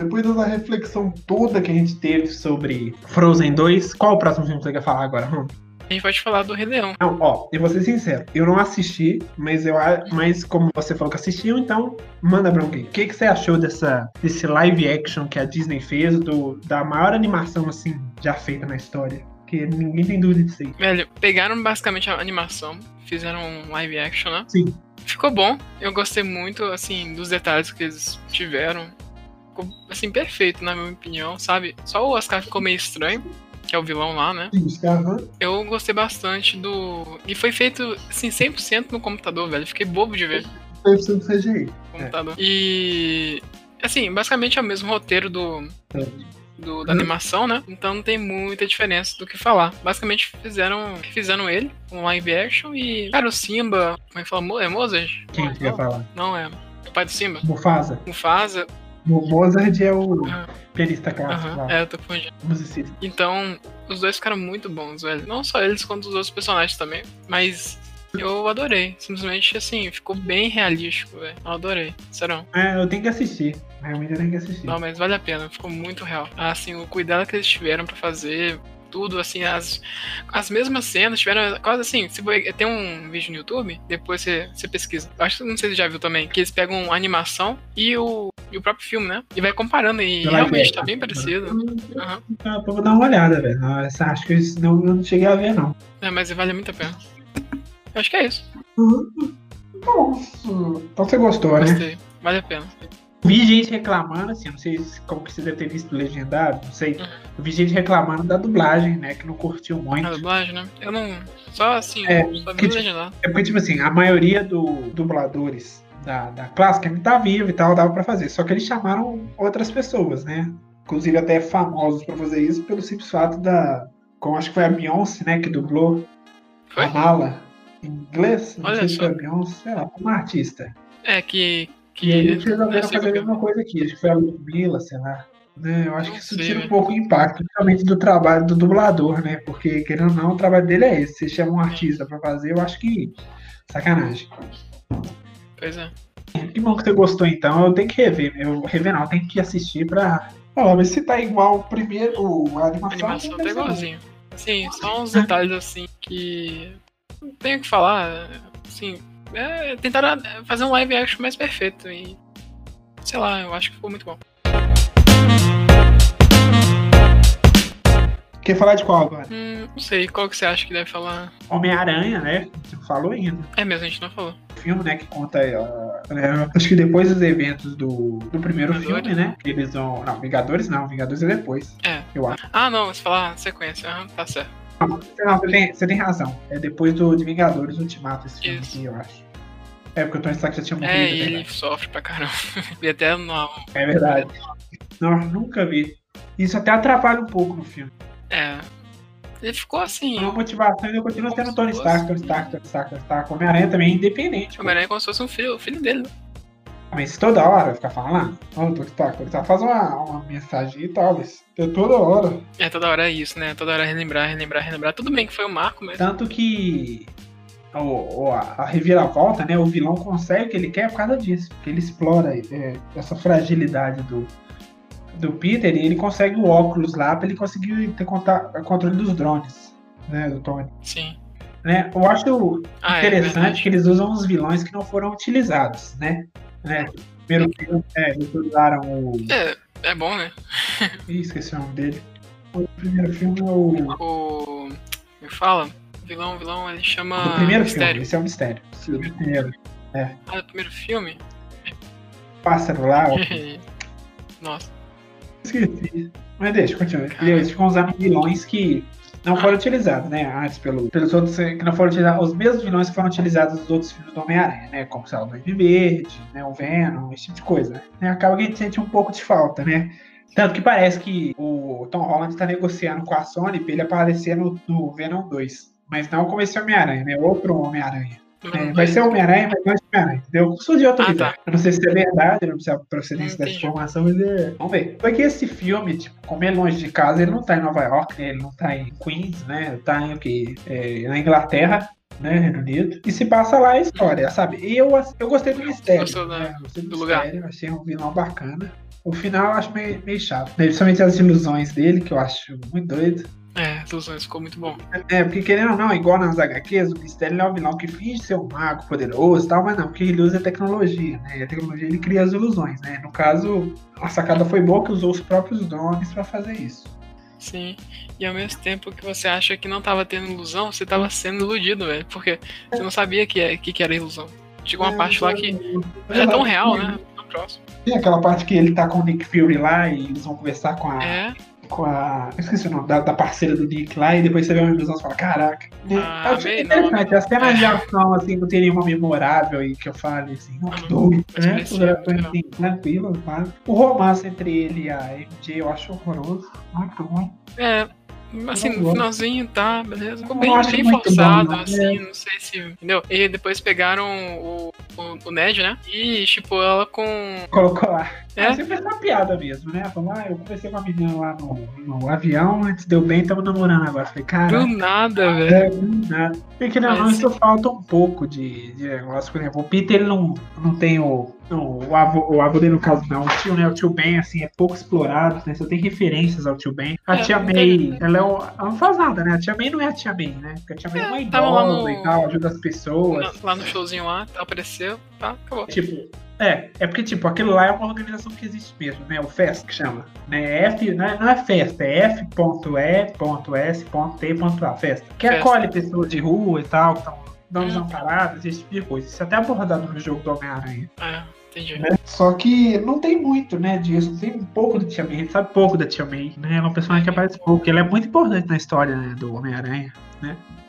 Depois dessa reflexão toda que a gente teve sobre Frozen 2, qual o próximo filme que você quer falar agora, Ron? A gente pode falar do Rei Leão. Não, Então, ó, eu vou ser sincero, eu não assisti, mas eu a- mas como você falou que assistiu, então manda bronca aí. O que, que você achou dessa, desse live action que a Disney fez, do, da maior animação assim já feita na história? Que ninguém tem dúvida disso aí. Velho, pegaram basicamente a animação, fizeram um live action, né? Sim. Ficou bom. Eu gostei muito, assim, dos detalhes que eles tiveram. Ficou, assim, perfeito, na minha opinião, sabe? Só o Oscar ficou meio estranho, que é o vilão lá, né? Sim, os caras, né? Eu gostei bastante do. E foi feito, assim, 100% no computador, velho. Fiquei bobo de ver. Foi precisando do CGI. computador. E. Assim, basicamente é o mesmo roteiro do, É. do- da Uhum. animação, né? Então não tem muita diferença do que falar. Basicamente fizeram, fizeram ele, um live action e. Cara, o Simba. Como é que fala? Mo- É Mozart? Quem que ia falar? Não, é. O pai do Simba. Mufasa. Mufasa. O Mozart é o Ah. pianista clássico Aham, lá, é, eu tô confundindo. musicista. Então, os dois ficaram muito bons, velho. Não só eles, quanto os outros personagens também. Mas. Eu adorei. Simplesmente, assim, ficou bem realístico, velho. Eu adorei. Serão. É, eu tenho que assistir. Realmente eu tenho que assistir. Não, mas vale a pena, ficou muito real. Assim, o cuidado que eles tiveram pra fazer tudo, assim, as, as mesmas cenas tiveram quase assim. Se, vo- tem um vídeo no YouTube, depois você, você pesquisa. Eu Acho que não sei se você já viu também, que eles pegam a animação e o, e o próprio filme, né? E vai comparando, e Vai realmente ver. tá bem parecido. Aham. Então, eu vou dar uma olhada, velho. Essa- Acho que isso não, eu não cheguei a ver, não. É, mas vale muito a pena. Eu acho que é isso. Nossa, então você gostou, né? Gostei. Vale a pena. Vi gente reclamando, assim, não sei se- como que você deve ter visto legendado, não sei. Eu vi gente reclamando da dublagem, né? Que não curtiu A muito. dublagem, né? Eu não. Só assim, É, só vi que- legendado. É porque, tipo assim, a maioria dos dubladores da, da clássica ainda tá vivo e tal, dava pra fazer. Só que eles chamaram outras pessoas, né? Inclusive até famosos pra fazer isso, pelo simples fato da. Como acho que foi a Beyoncé, né? Que dublou Foi? a mala em inglês. Não Olha sei se só. foi a Beyoncé, sei lá, uma artista. É que. que E aí eles eu resolveram fazer sei a qual que é. mesma coisa aqui, acho que foi a Ludmilla, sei lá. Né, eu acho Não que isso sei, tira um né? pouco o impacto, principalmente do trabalho do dublador, né? Porque, querendo ou não, o trabalho dele é esse. Você chama um artista pra fazer, eu acho que. Sacanagem. Pois é. Que bom que você gostou então, eu tenho que rever. Eu rever não, eu tenho que assistir pra. Ah, mas se tá igual o primeiro. o- A A animação. animação tá deve ser boa. igualzinho. Assim, só uns detalhes assim que. Não tenho o que falar. Assim, é, tentaram fazer um live action mais perfeito e. Sei lá, eu acho que ficou muito bom. Quer falar de qual agora? Hum, não sei, qual que você acha que deve falar? Homem-Aranha, né? Você não falou ainda. É mesmo, a gente não falou. filme, né? Que conta. ah, né, acho que depois dos eventos do, do primeiro Vingadores. filme, né? que Eles vão. Não, Vingadores não, Vingadores é depois. É. Eu acho. Ah, não, você falar sequência. Aham, tá certo. Não, você tem, você tem razão. É depois do de Vingadores Ultimato esse filme Isso. aqui, eu acho. É porque o Tony Stark já tinha morrido, É, é e ele verdade. sofre pra caramba. E até não. É verdade. Não, eu nunca vi. Isso até atrapalha um pouco no filme. É. Ele ficou assim. É uma motivação ainda continua sendo o Tony Nossa. Stark, Tony Stark, Tony Stark, Tony Stark. Homem-Aranha também é independente. O Homem-Aranha é como se fosse um filho, o filho dele, né? Mas toda hora vai ficar falando, ah, ô, Tony Stark, Tony Stark, faz uma, uma mensagem e tal. Mas é toda hora. É, toda hora é isso, né? Toda hora é relembrar, relembrar, relembrar. Tudo bem que foi o Marco, mas. Tanto que o, o- a a reviravolta, né? O vilão consegue o que ele quer por causa disso. Porque ele explora é, essa fragilidade do, do Peter e ele consegue o óculos lá pra ele conseguir ter conta- controle dos drones, né? Do Tony. Sim. Né? Eu acho Ah, é. interessante verdade. que eles usam os vilões que não foram utilizados, né? né? Primeiro filme, é, eles usaram o. É, é bom, né? Ih, esqueci o nome dele. O primeiro filme é o. O. Me fala. Vilão, vilão, ele chama. do primeiro filme, Ah, Mistério. esse é o mistério. Esse é o primeiro. Ah, do primeiro filme? Pássaro lá, o Nossa. Esqueci. Mas deixa, continua. Eles ficam usando vilões que não foram utilizados, né? Antes pelo, pelos outros eh, que não foram utilizados. Os mesmos vilões que foram utilizados nos outros filmes do Homem-Aranha, né? Como sei lá, o Duende Verde, né? O Venom, esse tipo de coisa. Né? Acaba que a gente sente um pouco de falta, né? Tanto que parece que o Tom Holland tá negociando com a Sony pra ele aparecer no, no Venom 2. Mas não como esse Homem-Aranha, né? Outro Homem-Aranha. né? vai ser Homem-Aranha, mas não é Homem-Aranha, entendeu? Surgiu outra Ah, visão. tá. Eu não sei se é verdade, eu não sei a procedência dessa Entendi. informação, mas é. Vamos ver. Porque esse filme, tipo, como é longe de casa, ele não tá em Nova York, né? Ele não tá em Queens, né? Tá em o quê? É, na Inglaterra. Né, Reino Unido. E se passa lá a história, sabe? E Eu, eu gostei do mistério. Gostou da- né? Gostei do, do lugar. mistério, achei um vilão bacana. O final eu acho meio, meio chato. Né? Principalmente as ilusões dele, que eu acho muito doido. É, ilusões, ficou muito bom. É, porque querendo ou não, igual nas HQs, o Mistério ele é um vilão que finge ser um mago poderoso e tal, mas não, porque ele usa a tecnologia, né? E a tecnologia ele cria as ilusões, né? No caso, a sacada foi boa que usou os próprios drones pra fazer isso. Sim. E ao mesmo tempo que você acha que não tava tendo ilusão, você tava sendo iludido, velho. Porque você não sabia que, é- que, que era ilusão. Chegou uma parte lá então, que é tão real, né? Tão próximo. Tem aquela parte que ele tá com o Nick Fury lá e eles vão conversar com a. É. Com a eu esqueci o nome da, da parceira do Nick lá, e depois você vê uma ilusão e fala: Caraca. né? Ah, eu achei bem, interessante. As cenas de ação, assim, não tem nenhuma memorável aí que eu fale, assim, não Uhum. doido, Mas né? parecia, Tudo era coisa não. assim, tranquilo, claro. O romance entre ele e a MJ eu acho horroroso, Ah, então, muito ruim. É, assim, Não, não. no finalzinho tá, beleza. Ficou Não bem, acho bem muito forçado, bom, né? assim, não sei se. Entendeu? E depois pegaram o, o, o Ned, né? E chipou ela com. Colocou lá. É? É? sempre foi uma piada mesmo, né? Falou, ah, eu conversei com a menina lá no, no avião, antes deu bem, estamos namorando agora. Falei, cara. Do nada, velho. É, do nada. Porque não, né? Mas, não, isso falta um pouco de, de negócio. Por exemplo, o Peter ele não, não tem o. não, o, avô, o avô dele, no caso, não. O tio, né? O tio Ben, assim, é pouco explorado, né? Só tem referências ao tio Ben. A É, tia não tem- May, ela, é o- ela não faz nada, né? A tia May não é a tia May, né? Porque a tia May é, É, uma tava lá idosa no- e tal, ajuda as pessoas. Lá, lá no showzinho lá, apareceu, tá, acabou. Tipo, é, é porque, tipo, aquilo lá é uma organização que existe mesmo, né? O FEST que chama. Né? F, não é, não é festa, é F.E.S.T.A. Festa. Que Festa. acolhe pessoas de rua e tal, que estão donos amparados, esse tipo de coisa. Isso é até abordado no jogo do Homem-Aranha. Ah, entendi. Só que não tem muito, né, disso. Tem um pouco da Tia May, a gente sabe pouco da Tia May, né? Ela é um personagem que aparece pouco. Ela é muito importante na história né, do Homem-Aranha.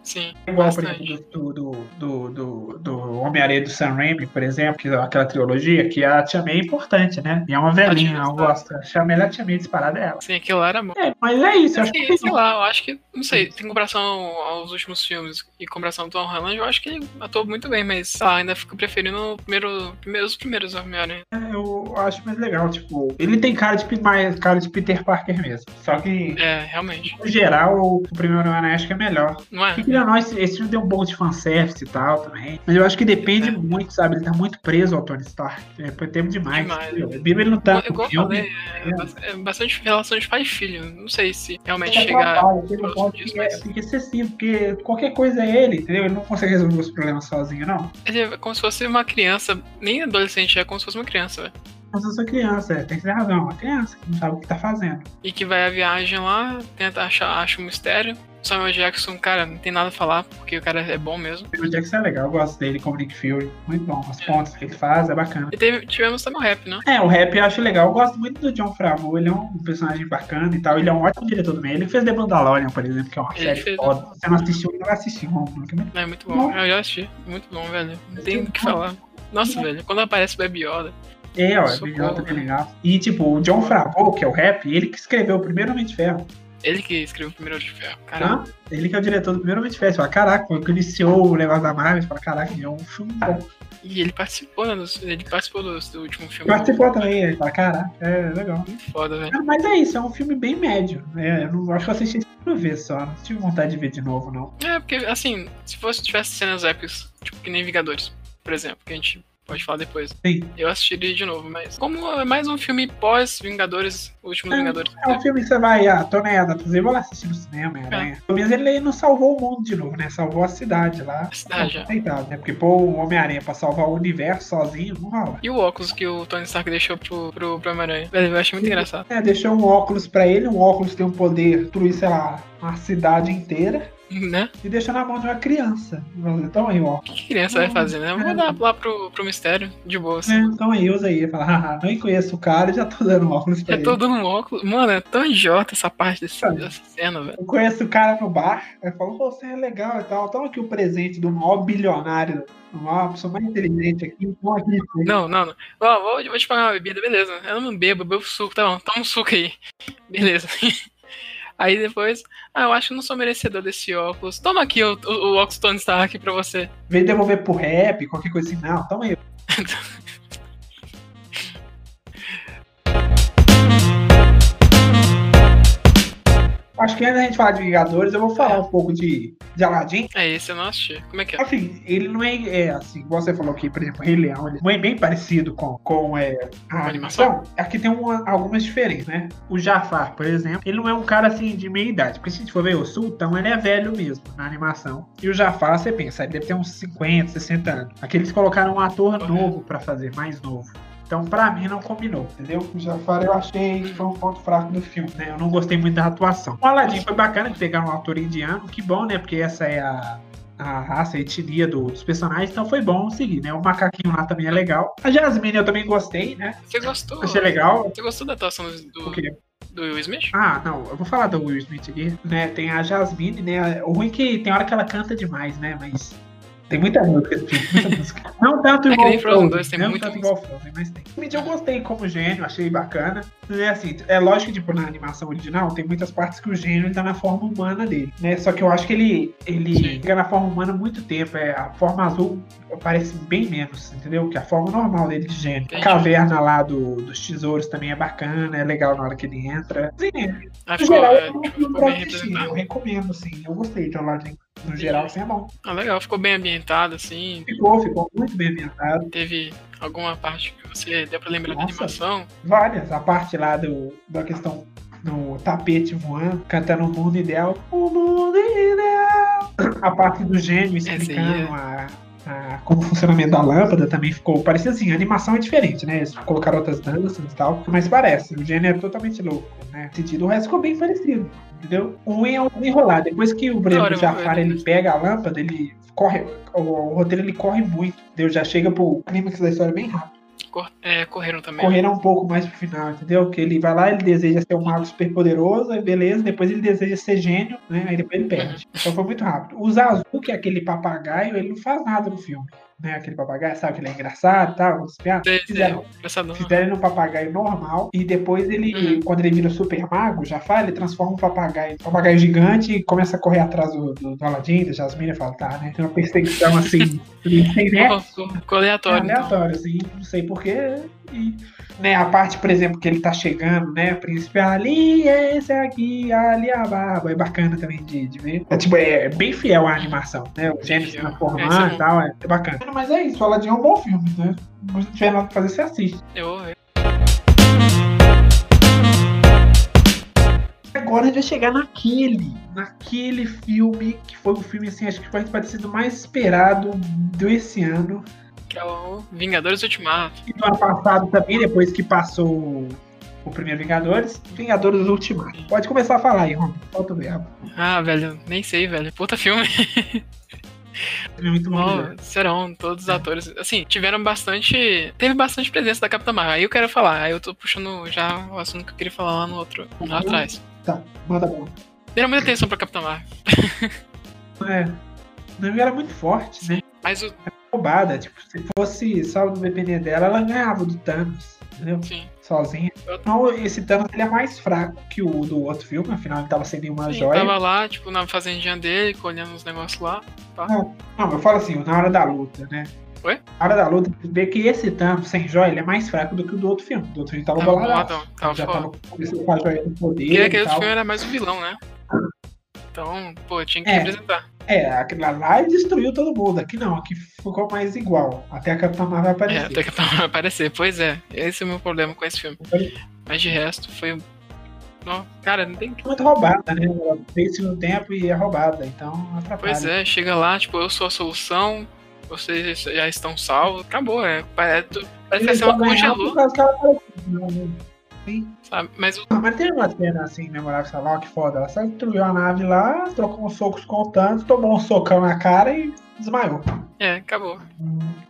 Sim, Igual, por bastante. exemplo, do, do, do, do, do Homem-Aranha do Sam Raimi, por exemplo, que é aquela trilogia, que a Tia May é importante, né? E é uma velhinha, Tia May eu gosto. Achei a melhor Tia May disparada é ela. Sim, aquilo lá era bom. É, mas é isso, eu acho que Sei, sei lá, eu acho que, não sei, em comparação aos últimos filmes e comparação ao Tom Holland, eu acho que ele atuou muito bem, mas sei lá, ainda fico preferindo o primeiro, primeiro- os primeiros né? Homem-Aranha. é, eu acho mais legal, tipo, ele tem cara de, pi- mais cara de Peter Parker mesmo. Só que, É, realmente. no geral, o primeiro Homem-Aranha acho que é melhor. Não é? Porque querendo ou não, esse, esse filme deu um pouco de fanservice e tal também. Mas eu acho que depende É. muito, sabe? Ele tá muito preso ao Tony Stark. É, foi tempo demais. Demais. entendeu? O Bibo ele não tá no Igual eu filme. falei, é, bas- é bastante relação de pai e filho. Não sei se realmente Ele chegar. atrapalha, chega um próximo ponto disso, que é- mas- fica excessivo, porque qualquer coisa é ele, entendeu? Ele não consegue resolver os problemas sozinho, não. Ele é como se é fosse uma criança, nem adolescente, é como se fosse uma criança, velho. mas eu sou criança, é, tem que ter razão, é uma criança que não sabe o que tá fazendo. E que vai a viagem lá, tenta achar acha um mistério. Samuel Jackson, cara, não tem nada a falar, porque o cara é bom mesmo. O Jackson é legal, eu gosto dele como Nick Fury, muito bom, as pontas que ele faz é bacana. E teve, tivemos também o rap, né? É, o rap eu acho legal. Eu gosto muito do John Favreau. Ele é um personagem bacana e tal. Ele é um ótimo diretor também. Ele fez The Mandalorian, por exemplo, que é uma Ele série fez, foda. Você não assistiu, não vai assistir. Vamos, que é muito É muito bom. Eu já assisti. Muito bom, velho. Não tem o que falar. Nossa, velho, quando aparece o Baby Yoda. É, ó, é Socorro. BJ que é legal. E, tipo, o John Favreau, que é o rap, ele que escreveu o primeiro Homem de Ferro. Ele que escreveu o primeiro Olho de Ferro. Caramba. Tá? Ele que é o diretor do primeiro Homem de Ferro. Você fala, caraca, quando iniciou o negócio da Marvel, você fala, caraca, é um filme bom. E ele participou, né? dos- ele participou do, do último filme. Participou também, ele fala, caraca, é legal. Muito foda, velho. Cara, Mas é isso, é um filme bem médio. né? eu não, acho que eu assisti isso uma vez só. Não tive vontade de ver de novo, não. É, porque, assim, se fosse tivesse cenas épicas, tipo que nem Vingadores, por exemplo, que a gente pode falar depois, Sim. eu assistiria de novo, mas. Como é mais um filme pós-Vingadores, o último É, Vingadores. né, É um filme que você vai, ah, tô nada, fazer, vou lá assistir no cinema, é. aranha. Pelo menos ele não salvou o mundo de novo, né? Salvou a cidade lá. A cidade, é. Aceitável, né? Porque pôr o Homem-Aranha pra salvar o universo sozinho, não rola. E o óculos que o Tony Stark deixou pro, pro, pro Homem-Aranha. Velho, eu achei muito engraçado. É, deixou um óculos pra ele, um óculos tem um poder de destruir, sei lá, uma cidade inteira. Né? E deixou na mão de uma criança. Então aí, ó. O que criança vai fazer, né? Eu Vou dar lá pro, pro mistério, de boa, assim. Então aí, usa aí. Fala, haha, nem conheço o cara e já tô dando óculos pra Eu ele. tô dando um óculos. Mano, é tão idiota essa parte desse, Ah. dessa cena, velho. Eu conheço o cara no bar, aí falou, "Pô, você é legal e tal. Toma aqui o presente do maior bilionário, do maior pessoa mais inteligente aqui. Toma aqui. isso aí." Não, não, não. Ó, vou, vou te pagar uma bebida, beleza. Eu não bebo, eu bebo suco, tá bom. Toma um suco aí. Beleza. Aí depois, ah, eu acho que não sou merecedor desse óculos. Toma aqui o, o, o óculos Tony Stark pra você. Vem devolver pro rap, qualquer coisa assim. Não, toma aí. Acho que antes da gente falar de Vingadores, eu vou falar um pouco de, de Aladdin. É esse eu não assisti. Como é que é? Assim, ele não é, é, assim, igual você falou aqui, por exemplo, Rei Leão, ele não é bem parecido com, com é, a Animação? animação. Aqui é tem uma- algumas diferenças, né? O Jafar, por exemplo, ele não é um cara assim de meia idade, porque se a gente for ver o Sultão, ele é velho mesmo na animação. E o Jafar, você pensa, ele deve ter uns 50, 60 anos. Aqui eles colocaram um ator Correto. novo pra fazer, mais novo. Então, pra mim, não combinou, entendeu? O Jafar eu achei que foi um ponto fraco do filme, né? Eu não gostei muito da atuação. O Aladdin foi bacana que pegaram um ator indiano, que bom, né? Porque essa é a, a raça, a etnia do- dos personagens, então foi bom seguir, né? O macaquinho lá também é legal. A Jasmine eu também gostei, né? Você gostou? Achei legal. Você gostou da atuação do, Porque do Will Smith? ah, não, eu vou falar da Will Smith aqui, né? Tem a Jasmine, né? O ruim é que tem hora que ela canta demais, né? Mas tem muita música, tem muita música. Não tanto É que igual nem o Frozen Frozen, dois, tem não muita tanto igual o Frozen, mas tem. Smith eu gostei como gênio, achei bacana. É assim, é lógico que tipo, na animação original tem muitas partes que o gênio ele tá na forma humana dele, né? Só que eu acho que ele, ele Sim. fica na forma humana muito tempo, é, a forma azul parece bem menos, entendeu? Que a forma normal dele de gênio. A Entendi. caverna lá do, dos tesouros também é bacana, é legal na hora que ele entra. Sim, Ah, no ficou, geral, é, é um tipo, filme ficou pra bem assistir. Eu representado. recomendo, sim. Eu gostei de Aladdin. No geral, assim, é bom. Ah, legal, ficou bem ambientado, assim. Ficou, ficou muito bem ambientado. Teve alguma parte que você deu pra lembrar da Nossa. animação? Várias. A parte lá do, da questão do tapete voando, cantando o mundo ideal. O mundo ideal. A parte do gênio aí explicando a, a- como o funcionamento da lâmpada também ficou. Parecia assim, a animação é diferente, né? Eles colocaram outras danças e tal, mas parece. O gênio é totalmente louco, né? Nesse Sentido, o resto ficou bem parecido. Entendeu? O ruim é o enrolar. Depois que o Da hora, Breno eu Jafar vou- ele pega a lâmpada, ele corre. O, o roteiro ele corre muito. Entendeu? Já chega pro clímax da história bem rápido Cor- é, correram também. correram um pouco mais pro final, entendeu? Que ele vai lá, ele deseja ser um mago super poderoso, aí beleza, depois ele deseja ser gênio, né? Aí depois ele perde. Então foi muito rápido. O Zazu, que é aquele papagaio, ele não faz nada no filme, né? Aquele papagaio, sabe que ele é engraçado e tal, uns piadas. Sei, né? sei. Fizeram Engraçadão. Fizeram ele um papagaio normal e depois ele, Uhum. quando ele vira o super mago, já fala, ele transforma um papagaio, um papagaio gigante e começa a correr atrás do, do, do Aladdin, da Jasmine, eu falo, tá, né? Tem uma perseguição assim, sem nexo, Ficou- Ficou ficou aleatório. então. é aleatório, assim, não sei porquê. E, né, a parte, por exemplo, que ele tá chegando, né? Príncipe ali, esse aqui, ali a barba. É bacana também de, de ver. É, tipo, é, bem fiel à animação, né? O gênio se Fiel. transformando É, isso é e tal, é, é bacana. Mas é isso, Aladdin é um bom filme, né? Se não tiver nada pra fazer, você assiste. então. Eu ouvi. Agora a gente vai chegar naquele, naquele filme que foi o filme, assim, acho que foi parecido mais esperado desse ano, que é o Vingadores Ultimato. E no ano passado também, depois que passou o primeiro Vingadores, Vingadores Ultimato. Pode começar a falar aí, Ron. Solta o verbo. Ah, velho, nem sei, velho. Puta filme. É muito bom. Ó, mesmo. serão todos os atores. Assim, tiveram bastante. Teve bastante presença da Capitã Marvel. Aí eu quero falar. Aí eu tô puxando já o assunto que eu queria falar lá no outro. Lá atrás. Tá, manda bom. Deram muita atenção pra Capitã Marvel. É. O Nami era muito forte, né? Mas o. Roubada. Tipo, se fosse só no depender dela, ela ganhava do Thanos. Entendeu? Sim. Sozinha. Eu- Então, esse Thanos ele é mais fraco que o do outro filme, afinal ele tava sem nenhuma Sim, joia. tava lá, tipo, na fazendinha dele, colhendo os negócios lá. Não, eu falo assim, na hora da luta, né? Oi? Na hora da luta, você vê que esse Thanos sem joia ele é mais fraco do que o do outro filme. Do outro filme tava Tava boladaço. boladão, tava já foda. tava com a joia do poder. Porque E aquele outro tal. filme era mais o vilão, né? Então, pô, tinha que É. representar. É, aquele lá, lá ele destruiu todo mundo. Aqui não, aqui ficou mais igual. Até a Capitã Marvel É, aparecer. até que tava aparecer. Pois é, esse é o meu problema com esse filme. Mas de resto, foi. Não, cara, não tem Muito roubada, né? Ela fez o segundo tempo e é roubada, então atrapalha. Pois é, chega lá, tipo, eu sou a solução, vocês já estão salvos, acabou, é. Parece, parece que a Ele cena só ganhava por congelou, causa que ela apareceu, né? sabe? Mas o- Ah, Mas tem uma cena assim, memorável, sei lá, que foda. Ela só destruiu a nave lá, trocou uns socos com o Thanos, tomou um socão na cara e desmaiou. é, acabou.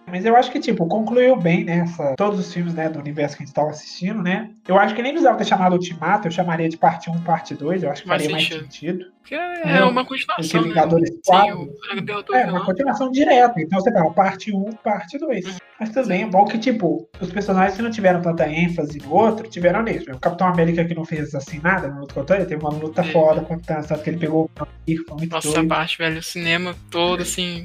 Mas eu acho que, tipo, concluiu bem nessa. Todos os filmes, né, do universo que a gente tava assistindo, né? Eu acho que nem precisava ter chamado Ultimato, eu chamaria de parte 1, parte 2, eu acho que Faz faria mais sentido. sentido. Porque é, Não, uma Porque continuação, né? Vingadores Sim, 4. o Dragão do É, uma vilão. continuação direta. Então você fala parte 1, parte Uhum. 2. Mas tudo bem, é bom que, tipo, os personagens que não tiveram tanta ênfase no outro, tiveram nesse. O Capitão América que não fez assim nada no luto contra ele, teve uma luta Sim. foda com o Thanos, tanto que ele pegou o vampiro, foi muito É. Nossa, essa doido. É. parte, velho, o cinema todo, assim.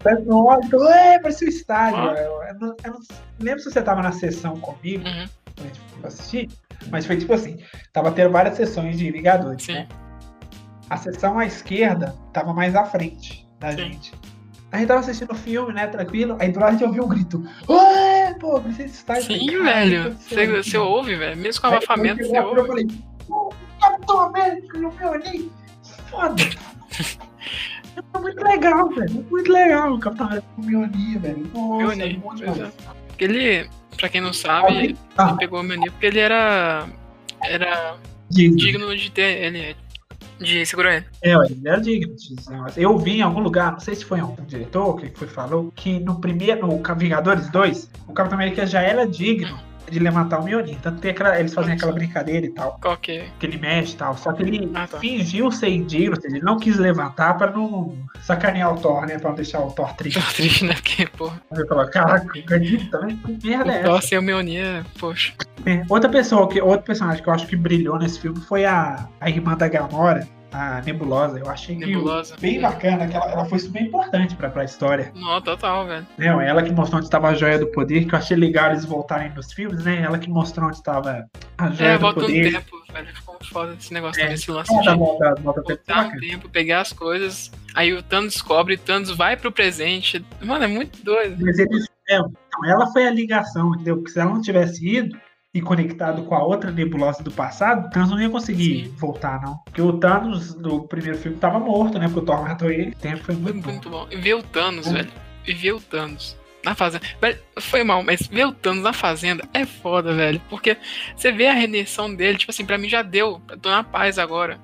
Tanto no ódio, é, parecia o estádio. Ah. Eu, eu não, eu não lembro se você tava na sessão comigo, Uhum. quando a gente foi assistir, mas foi tipo assim, tava tendo várias sessões de Vingadores, Sim. né? A sessão à esquerda tava mais à frente da Sim. gente. A gente tava assistindo o filme, né, tranquilo, aí do lado a gente ouviu um grito, ué, pô, precisa estar Sim, velho. Você, você ouve, velho. Mesmo com abafamento, você tipo assim, eu, ouve. falei, "Pô, Capitão América, eu me olhei, foda. Tá muito legal, velho. É Muito legal o Capitão América com o Mjolnir, velho. Nossa, Mjolnir, bom pois demais. é. Porque ele, pra quem não sabe, ele Ah. pegou o menino porque ele era. Era Digno. digno de ter. Ele. De segurar ele. É, ué, ele era digno. desse negócio. Eu vi em algum lugar, não sei se foi algum diretor que foi falou, que no primeiro, no Vingadores 2, o Capitão América já era digno de levantar o Mjolnir. Tanto que tem aquela- eles fazem aquela brincadeira e tal, Qual que é? que ele mexe e tal. Só que ele Ah, tá. fingiu ser indigno, ou seja, ele não quis levantar pra não sacanear o Thor, né? Pra não deixar o Thor triste. Tô triste, né? Porque, pô. Ele falou, caraca, acredito também, que merda é O essa? Thor sem o Mionia, poxa. É, Outra pessoa, que, outro personagem que eu acho que brilhou nesse filme foi a, a irmã da Gamora, a Nebulosa. Eu achei que o- Nebulosa. bem bacana, que ela, ela foi super importante pra, pra história. Não, total, velho. Né? Ela que mostrou onde estava a joia do poder, que eu achei legal eles voltarem nos filmes, né? Ela que mostrou onde estava a joia É, do volta um poder. tempo, velho. Ficou foda esse negócio, É. desse lance Ela dá de volta, volta tempo, voltar um bacana. tempo, pegar as coisas. Aí o Thanos descobre, Thanos vai pro presente. Mano, é muito doido. Mas eles, é, então, ela foi a ligação, entendeu? Porque se ela não tivesse ido e conectado com a outra nebulosa do passado, o Thanos não ia conseguir Sim. voltar, não. Porque o Thanos do primeiro filme tava morto, né? Porque o Thor matou ele. O tempo foi Foi muito bom. muito bom. E ver o Thanos, Hum. velho. E ver o Thanos. Na fazenda. Velho, foi mal, mas ver o Thanos na fazenda é foda, velho. Porque você vê a redenção dele, tipo assim, pra mim já deu. Eu tô na paz agora.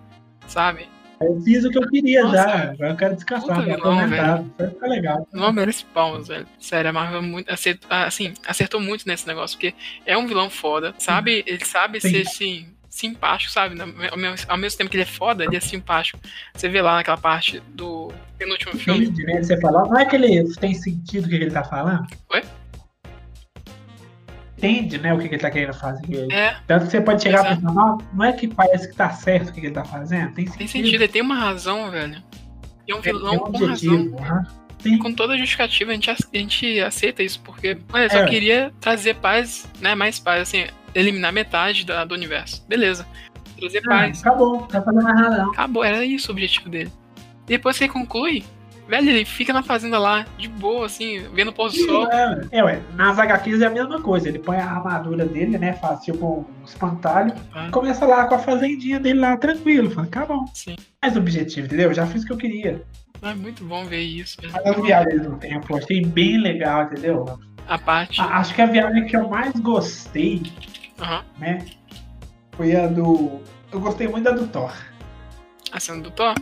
Sabe? Eu fiz o que eu queria Nossa. já. Agora eu quero descansar, Puta tô vilão, aposentado. Foi ficar legal. Não merece palmas, velho. Sério, a Marvel muito, acert- ah, assim, acertou muito nesse negócio, porque é um vilão foda, sabe? Ele sabe Sim. ser assim, simpático, sabe? Na- Ao mesmo, ao mesmo tempo que ele é foda, ele é simpático. Você vê lá naquela parte do penúltimo filme. Entende, né? Você falar, não é que ele tem sentido o que ele tá falando? Ué? entende, né, o que, que ele tá querendo fazer. É, Tanto que você pode chegar Exato. e pensar, não, não é que parece que tá certo o que, que ele tá fazendo, tem sentido. tem sentido, ele tem uma razão, velho. E é um Hum. Tem vilão um com razão. né? objetivo. aham. Sim. Com toda justificativa, a gente, ace- a gente aceita isso, porque olha, só É. queria trazer paz, né? Mais paz, assim, eliminar metade da- do universo. Beleza. Trazer Ah, paz. acabou, tá fazendo errado não. Acabou, era isso o objetivo dele. Depois que ele conclui, velho, ele fica na fazenda lá, de boa, assim, vendo o pôr do sol. É, é, ué, nas HQs é a mesma coisa. Ele põe a armadura dele, né? Faz tipo um espantalho. tá? e Começa lá com a fazendinha dele lá, tranquilo. Fala, tá bom. Sim. Mas o objetivo, entendeu? Eu já fiz o que eu queria. É muito bom ver isso. velho. Mas as viagens no tempo, eu achei bem legal, entendeu? A parte. A- acho que a viagem que eu mais gostei, Aham. né? Foi a do. Eu gostei muito da do Thor. A cena do Thor.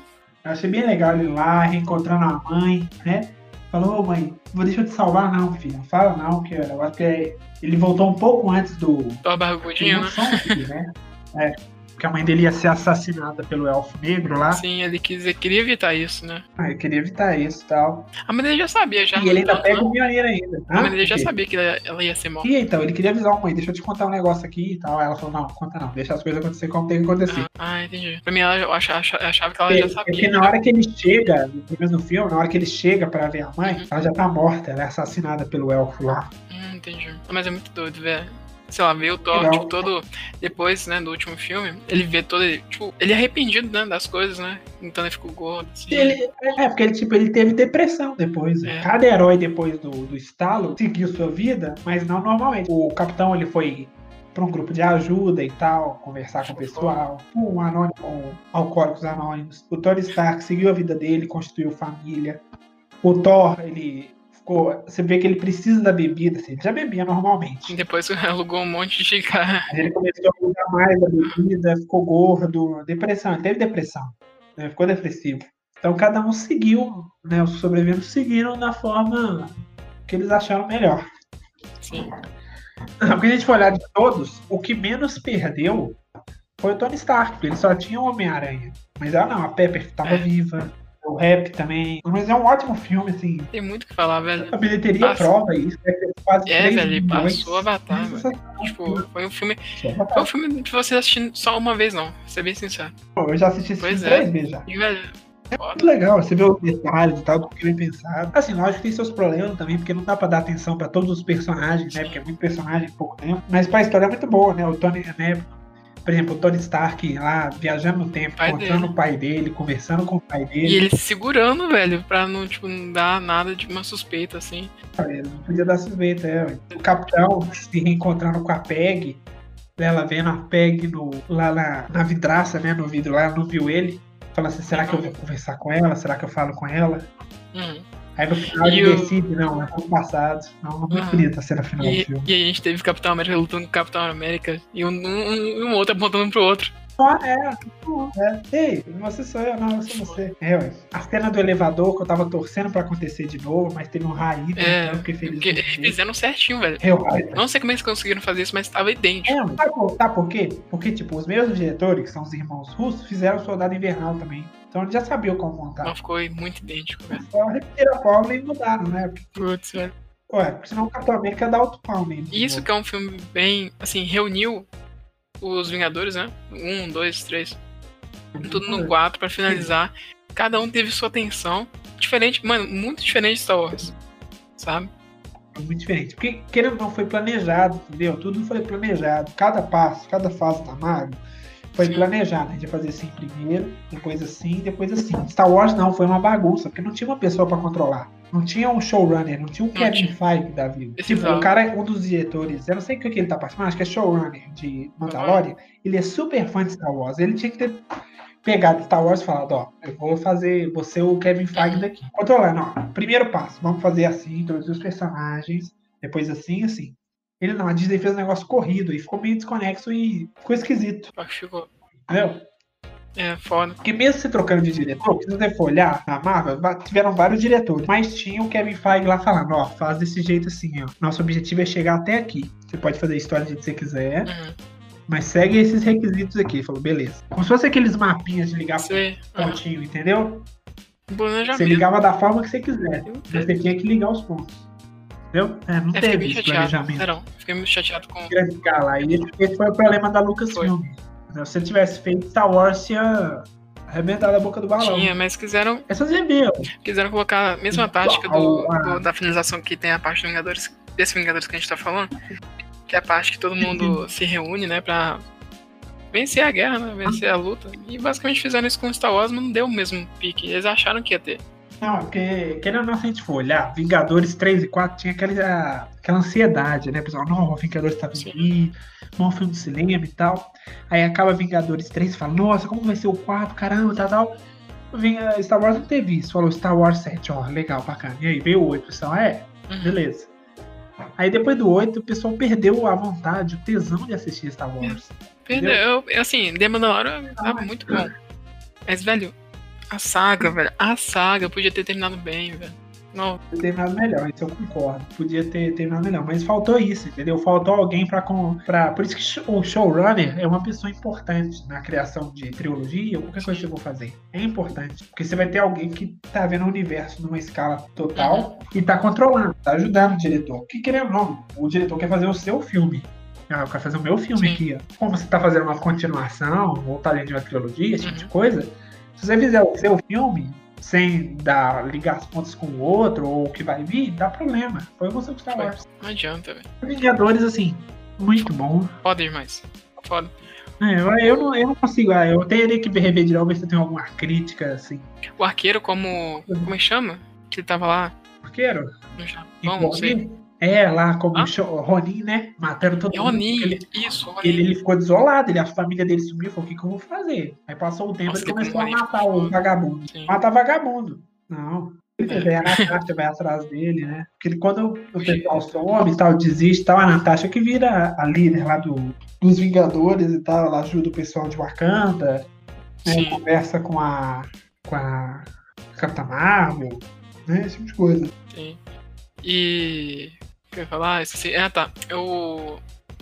Eu achei bem legal ele lá, reencontrando a mãe, né? Falou, ô mãe, vou deixar eu te salvar não, filha. Não fala não, que eu acho que ele voltou um pouco antes do, Thor barrigudinho, Tem né? um som aqui, né? É, porque a mãe dele ia ser assassinada pelo elfo negro lá. Sim, ele quis, ele queria evitar isso, né? Ah, eu queria evitar isso e tal. A mãe dele já sabia, já. E ele ainda Então, pega né? o Mionir ainda. A Hã? mãe dele já Por quê? sabia que ela, ela ia ser morta. E aí, então, ele queria avisar a mãe, deixa eu te contar um negócio aqui e tal. Aí ela falou, não, conta não, deixa as coisas acontecer como tem que acontecer. Ah, entendi. Pra mim, ela, eu acha- acha- achava que Ah, ela já Porque, porque sabia. na hora que ele chega, pelo menos no filme, na hora que ele chega pra ver a mãe, Uhum. ela já tá morta, ela é assassinada pelo elfo lá. Hum, entendi. Mas é muito doido, velho. Sei lá, ver o Thor, Legal. tipo, todo. Depois, né, do último filme, ele vê todo. ele- Tipo, ele é arrependido, né, das coisas, né? Então ele ficou gordo, assim. Ele, é, porque ele, tipo, ele teve depressão depois. né? É. Cada herói depois do, do estalo seguiu sua vida, mas não normalmente. O capitão ele foi pra um grupo de ajuda e tal, conversar com o pessoal, um anônimo, um alcoólicos anônimos. O Tony Stark seguiu a vida dele, constituiu família. O Thor, ele ficou. Você vê que ele precisa da bebida, assim, ele já bebia normalmente. E depois alugou um monte de cara. Mas ele começou a usar mais a bebida, ficou gordo, depressão, ele teve depressão, né? ficou depressivo. Então cada um seguiu, né? Os sobreviventes seguiram da forma que eles acharam melhor. Sim. Porque a gente for olhar de todos, o que menos perdeu foi o Tony Stark, porque ele só tinha o Homem-Aranha. Mas ela não, a Pepper tava É. viva, o Rap também. Mas é um ótimo filme, assim. Tem muito o que falar, velho. A bilheteria Passa. prova isso, né? Quase É, 3 velho, ele milhões. é passou Avatar, velho. Sensacional. Tipo, foi um filme. Passou Avatar. Foi um filme que você assistir só uma vez, não. Pra ser bem sincero. Pô, Eu já assisti esse Pois filme é. três vezes já. E, velho, Muito legal, você vê os detalhes e tal, do que bem pensado. Assim, lógico que tem seus problemas também, porque não dá pra dar atenção pra todos os personagens, né? Porque é muito personagem em pouco tempo. Mas pra história é muito boa, né? O Tony, né? Por exemplo, o Tony Stark lá viajando no tempo, Pai encontrando dele. o pai dele, conversando com o pai e dele. ele se segurando, velho, pra não, tipo, não dar nada de uma suspeita, assim. Ele... Não podia dar suspeita, é. ué. O capitão se reencontrando com a Peg, ela vendo a Peg no, lá na, na vidraça, né? No vidro lá, ela não viu ele. Fala assim, será que eu vou conversar com ela? Será que eu falo com ela? Uhum. Aí no final E ele o- decide, não, é ano passado. Não, não Aham. uhum. bonita a cena final do E, filme. e a gente teve Capitão América lutando com Capitão América e um, um, um outro apontando pro outro. Ah, é, não, é. Ei, você sou eu, não, eu sou você. É, ué. A cena do elevador que eu tava torcendo pra acontecer de novo, mas teve um raio, É, então eu fiquei feliz. Porque com eles isso. fizeram certinho, velho. Eu, ai, Não sei como eles conseguiram fazer isso, mas tava idêntico. é, ué. sabe, por, sabe por quê? Porque, tipo, os mesmos diretores, que são os irmãos russos, fizeram o Soldado Invernal também. Então eles já sabiam como montar. Não ficou muito idêntico, velho. Só repetiram a fórmula e mudaram, né? Porque, Putz, velho. ué, porque senão o Capitão América dá outro pau nele. E Isso que é um filme bem. Assim, reuniu os Vingadores, né? Um, dois, três. Tudo Uhum. no quatro pra finalizar. Cada um teve sua atenção. Diferente, mano, muito diferente de Star Wars. Sabe? É muito diferente. Porque, querendo ou não, foi planejado, entendeu? Tudo foi planejado. Cada passo, cada fase da Marvel foi Sim. planejado. A gente ia fazer assim primeiro, depois assim, depois assim. Star Wars não, foi uma bagunça, porque não tinha uma pessoa pra controlar. Não tinha um showrunner, não tinha um Kevin tinha. Feige da vida. Esse tipo, não. o cara, é um dos diretores, eu não sei o que que ele tá participando, acho que é showrunner de Mandalorian. Ele é super fã de Star Wars. Ele tinha que ter pegado Star Wars e falado, ó, eu vou fazer, vou ser o Kevin Feige daqui. Controlando, ó, primeiro passo, vamos fazer assim, introduzir os personagens, depois assim, assim. Ele não, a Disney fez um negócio corrido e ficou meio desconexo e ficou esquisito, Só que ficou. entendeu? É foda. Porque mesmo se trocando de diretor, se você for olhar na Marvel, va- tiveram vários diretores, mas tinha o Kevin Feige lá falando, ó, faz desse jeito assim, ó. Nosso objetivo é chegar até aqui. Você pode fazer a história do jeito que você quiser, Uhum. mas segue esses requisitos aqui. Ele Falou, beleza. Como se fosse aqueles mapinhas de ligar pro Você. ah, Uhum. pontinho, entendeu? Tá Você Planejamento. ligava da forma que você quisesse. Mas você tinha que ligar os pontos. Entendeu? É, não É, fiquei teve meio esse chateado. planejamento Não, fiquei muito chateado com. graficar lá. E esse, esse foi o problema da Lucasfilm. Se ele tivesse feito Star Wars, tinha arrebentado a boca do balão. Tinha, mas quiseram Essas rebiam. quiseram colocar a mesma tática do, do- da finalização que tem a parte do Vingadores, desse Vingadores que a gente tá falando, que é a parte que todo mundo se reúne, né, pra vencer a guerra, né, vencer a luta. E basicamente fizeram isso com Star Wars, mas não deu o mesmo pique. Eles acharam que ia ter. Não, é porque, querendo ou não, se a gente for olhar, Vingadores 3 e 4 tinha aquela, aquela ansiedade, né, pessoal? Não, Vingadores tá vindo aí, bom filme do cinema e tal. Aí acaba Vingadores 3 e fala, nossa, como vai ser o 4, caramba, tal, tal. Vem, eh, Star Wars não teve isso, falou Star Wars 7, ó, legal, bacana. E aí veio o 8, pessoal, é, beleza. Aí depois do 8, o pessoal perdeu a vontade, o tesão de assistir Star Wars. Perdeu. Eu- assim, The Mandalorian tava muito bom. Mas, velho, a saga, velho, a saga podia ter terminado bem, velho. Não, Podia ter terminado melhor, isso eu concordo. Podia ter terminado melhor, mas faltou isso, entendeu? Faltou alguém pra. com- pra por isso que sh- o showrunner é uma pessoa importante na criação de trilogia ou qualquer coisa que eu vou fazer. É importante, porque você vai ter alguém que tá vendo o universo numa escala total e tá controlando, tá ajudando o diretor. Que querendo ou não, o diretor quer fazer o seu filme. Ah, eu quero fazer o meu filme Sim. aqui, ó. Como você tá fazendo uma continuação, ou tá dentro de uma trilogia, esse tipo de Uhum. coisa, se você fizer o seu filme, sem dar, ligar as pontas com o outro, ou o que vai vir, dá problema. Foi você que Star Foi. Wars. não adianta, velho. Vingadores, assim, muito bom. Foda demais. Foda. É, eu, eu não, eu não consigo, ah, eu teria que rever de novo, ver se eu tenho alguma crítica, assim. O arqueiro, como. Como é que chama? Que ele tava lá Porqueiro? no Japão, não sei. Ronin? É, lá como Hã? o Sho- o Ronin, né? Matando todo É mundo. Oni, Ele, isso, Oni. ele, ele ficou desolado, ele, a família dele sumiu, falou, o que, que eu vou fazer? Aí passou o tempo, Nossa, ele começou como a ele matar ficou- o vagabundo. Sim. Mata vagabundo. Não. É. Ele vem a Natasha, vai atrás dele, né? Porque ele- quando o pessoal some e tal, desiste e tal, a Natasha que vira a líder lá do, dos Vingadores e tal, ela ajuda o pessoal de Wakanda, né? Sim. conversa com a, com a Capitã Marvel, né? Esse tipo de coisa. Sim. E. O que eu ia falar? Esqueci. Ah, tá. Eu.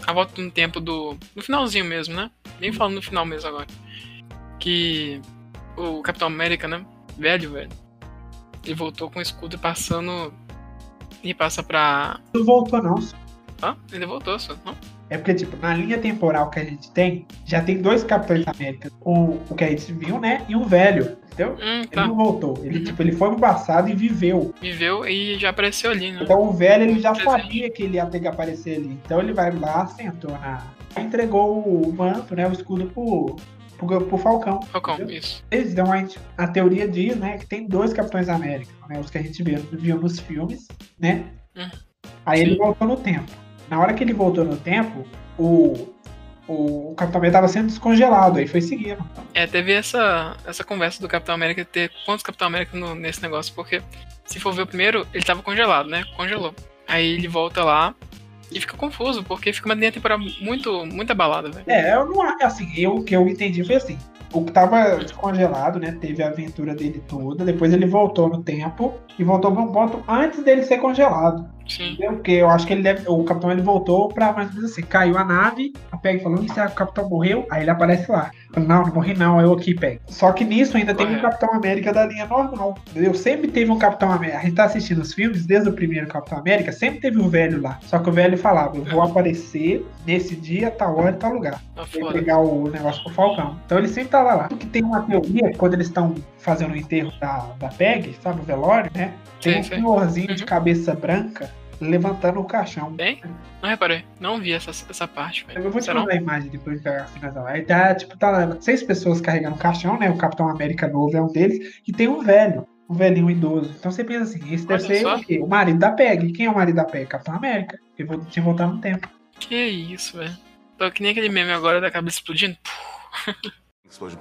A volta no tempo do. No finalzinho mesmo, né? Nem falando no final mesmo agora. Que. O Capitão América, né? Velho, velho. Ele voltou com o escudo passando. E passa pra. Não voltou, não. Hã? Ele voltou só. Não? É porque, tipo, na linha temporal que a gente tem, já tem dois Capitães América. O, o que a gente viu, né? E um velho, entendeu? Hum, Ele tá. não voltou. Ele, tipo, ele foi pro passado e viveu. Viveu e já apareceu ali, né? Então o velho ele já Presente. sabia que ele ia ter que aparecer ali. Então ele vai lá, sentou na. Entregou o manto, né? O escudo pro, pro, pro Falcão. Falcão, isso. Então a, gente- a teoria diz, né, que tem dois Capitães América, né? Os que a gente viu, viu nos filmes, né? Hum. Aí ele Sim. voltou no tempo. Na hora que ele voltou no tempo, o, o, o Capitão América tava sendo descongelado, aí foi seguindo. É, teve essa, essa conversa do Capitão América ter quantos Capitão América no- nesse negócio, porque se for ver o primeiro, ele tava congelado, né? Congelou. Aí ele volta lá e fica confuso, porque fica uma linha temporal muito, muito abalada, velho. É, eu não a- assim, eu o que eu entendi foi assim. O que tava descongelado, né? Teve a aventura dele toda, depois ele voltou no tempo e voltou pra um ponto antes dele ser congelado. Sim, Entendeu? Porque eu acho que ele deve. O capitão ele voltou pra mais ou menos assim, caiu a nave, a Peg falou, "Ih, será que o capitão morreu? Aí ele aparece lá. Fala, Não, não morri não, eu aqui, Peg. Só que nisso ainda teve um Correto. Capitão América da linha normal. Entendeu? Sempre teve um Capitão América. A gente tá assistindo os filmes, desde o primeiro Capitão América, sempre teve o velho lá. Só que o velho falava, eu vou aparecer nesse dia, tal hora e tal lugar tá pra ele foda. pegar o negócio pro Falcão. Então ele sempre tava lá. Porque tem uma teoria, quando eles estão fazendo o enterro da, da PEG, sabe, o velório, né? Tem Sim, um sim. senhorzinho de Uhum. cabeça branca levantando o caixão. Bem? Não reparei, não vi essa, essa parte, Eu velho. vou te Será? um mandar a imagem depois de pegar a finalização. Aí tá, tipo, tá lá, seis pessoas carregando o caixão, né? O Capitão América novo é um deles, e tem um velho, um velhinho idoso. Então você pensa assim, esse deve Olha ser só. o quê? O marido da PEG. Quem é o marido da PEG? Capitão América. Eu vou te voltar no tempo. Que isso, velho. Tô que nem aquele meme agora da cabeça explodindo. Explode.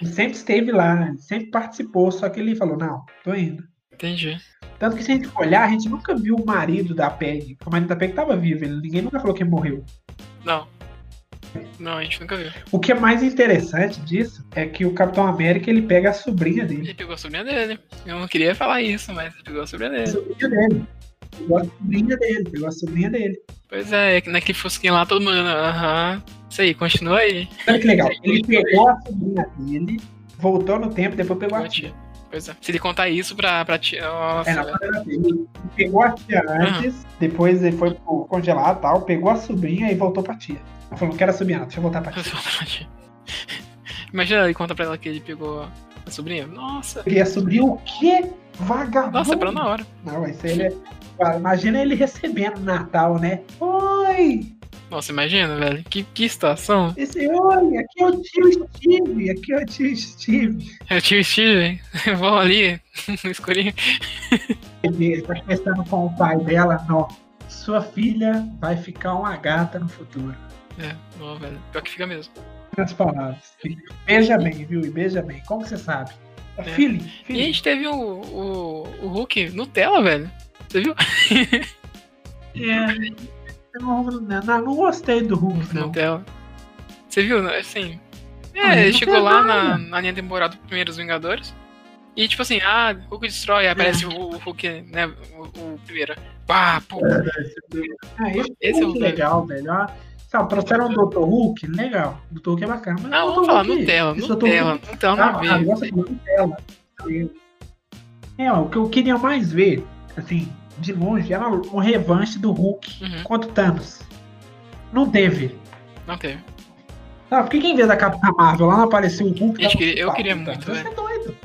Ele sempre esteve lá, né? Ele sempre participou, só que ele falou, não, tô indo. Entendi. Tanto que se a gente for olhar, a gente nunca viu o marido da Peg. porque O marido da Peg tava vivo, ele, ninguém nunca falou que ele morreu. Não. Não, a gente nunca viu. O que é mais interessante disso é que o Capitão América ele pega a sobrinha dele. Ele pegou a sobrinha dele. Eu não queria falar isso, mas ele pegou a sobrinha A dele. sobrinha dele. Pegou a sobrinha dele, pegou a sobrinha dele. Pois é, naquele fusquinha lá, todo mundo. Aham. Isso aí, continua aí. Olha que legal. Ele pegou a sobrinha dele, voltou no tempo, depois pegou a tia. Pois é. Se ele contar isso pra, pra tia. Nossa, Ah. É, na primeira vez. Ele pegou a tia antes, depois ele foi pro congelar e tal, pegou a sobrinha e voltou pra tia. Ela falou, não quero a sobrinha, não, deixa eu voltar pra tia. velho. Imagina ele contar pra ela que ele pegou a sobrinha. Nossa. E a sobrinha, o quê? Vagabundo. Nossa, é pra na hora. Não, isso aí ele é... Cara, Imagina ele recebendo Natal, né? Oi! Nossa, imagina, velho. Que, que situação. Esse, oi, aqui é o tio Steve, aqui é o tio Steve. Eu tive Steven. É Eu vou ali, no escurinho. Ele tá conversando com o pai dela, não. Sua filha vai ficar uma gata no futuro. É, não, velho. Pior que fica mesmo. Nas palavras. Beija bem, viu? E beija bem. Como que você sabe? É. Filho, E a filho. gente teve o, o, o Hulk Nutella, velho. Você viu? É, eu não, não, não gostei do Hulk, não. Nutella. Então, Você viu? Assim. Ah, É, ele não chegou tem lá nada. na, na linha temporal do primeiro dos Vingadores. E tipo assim, ah, Hulk destrói, aí aparece É. o, o Hulk, né? O, o primeiro. Pá, pô. É, Ah, esse, Esse é o Hulk legal, velho. Ah, sabe, trouxeram o Dr. Hulk? Legal. O Dr. Hulk é bacana. Mas Não, o Ah, vamos Dr. falar, Hulk- Nutella, esse Dr. Nutella, Hulk- Nutella Ah, na ah, veia. gosta de Nutella. É, ó, o que eu queria mais ver, assim, de longe, era um revanche do Hulk Uhum. contra o Thanos. Não teve. Não teve. Ah, por que que em vez da Capitã Marvel lá não apareceu o Hulk? tá Gente, tava queria- eu ocupado, queria Thanos? muito, né? Você é doido.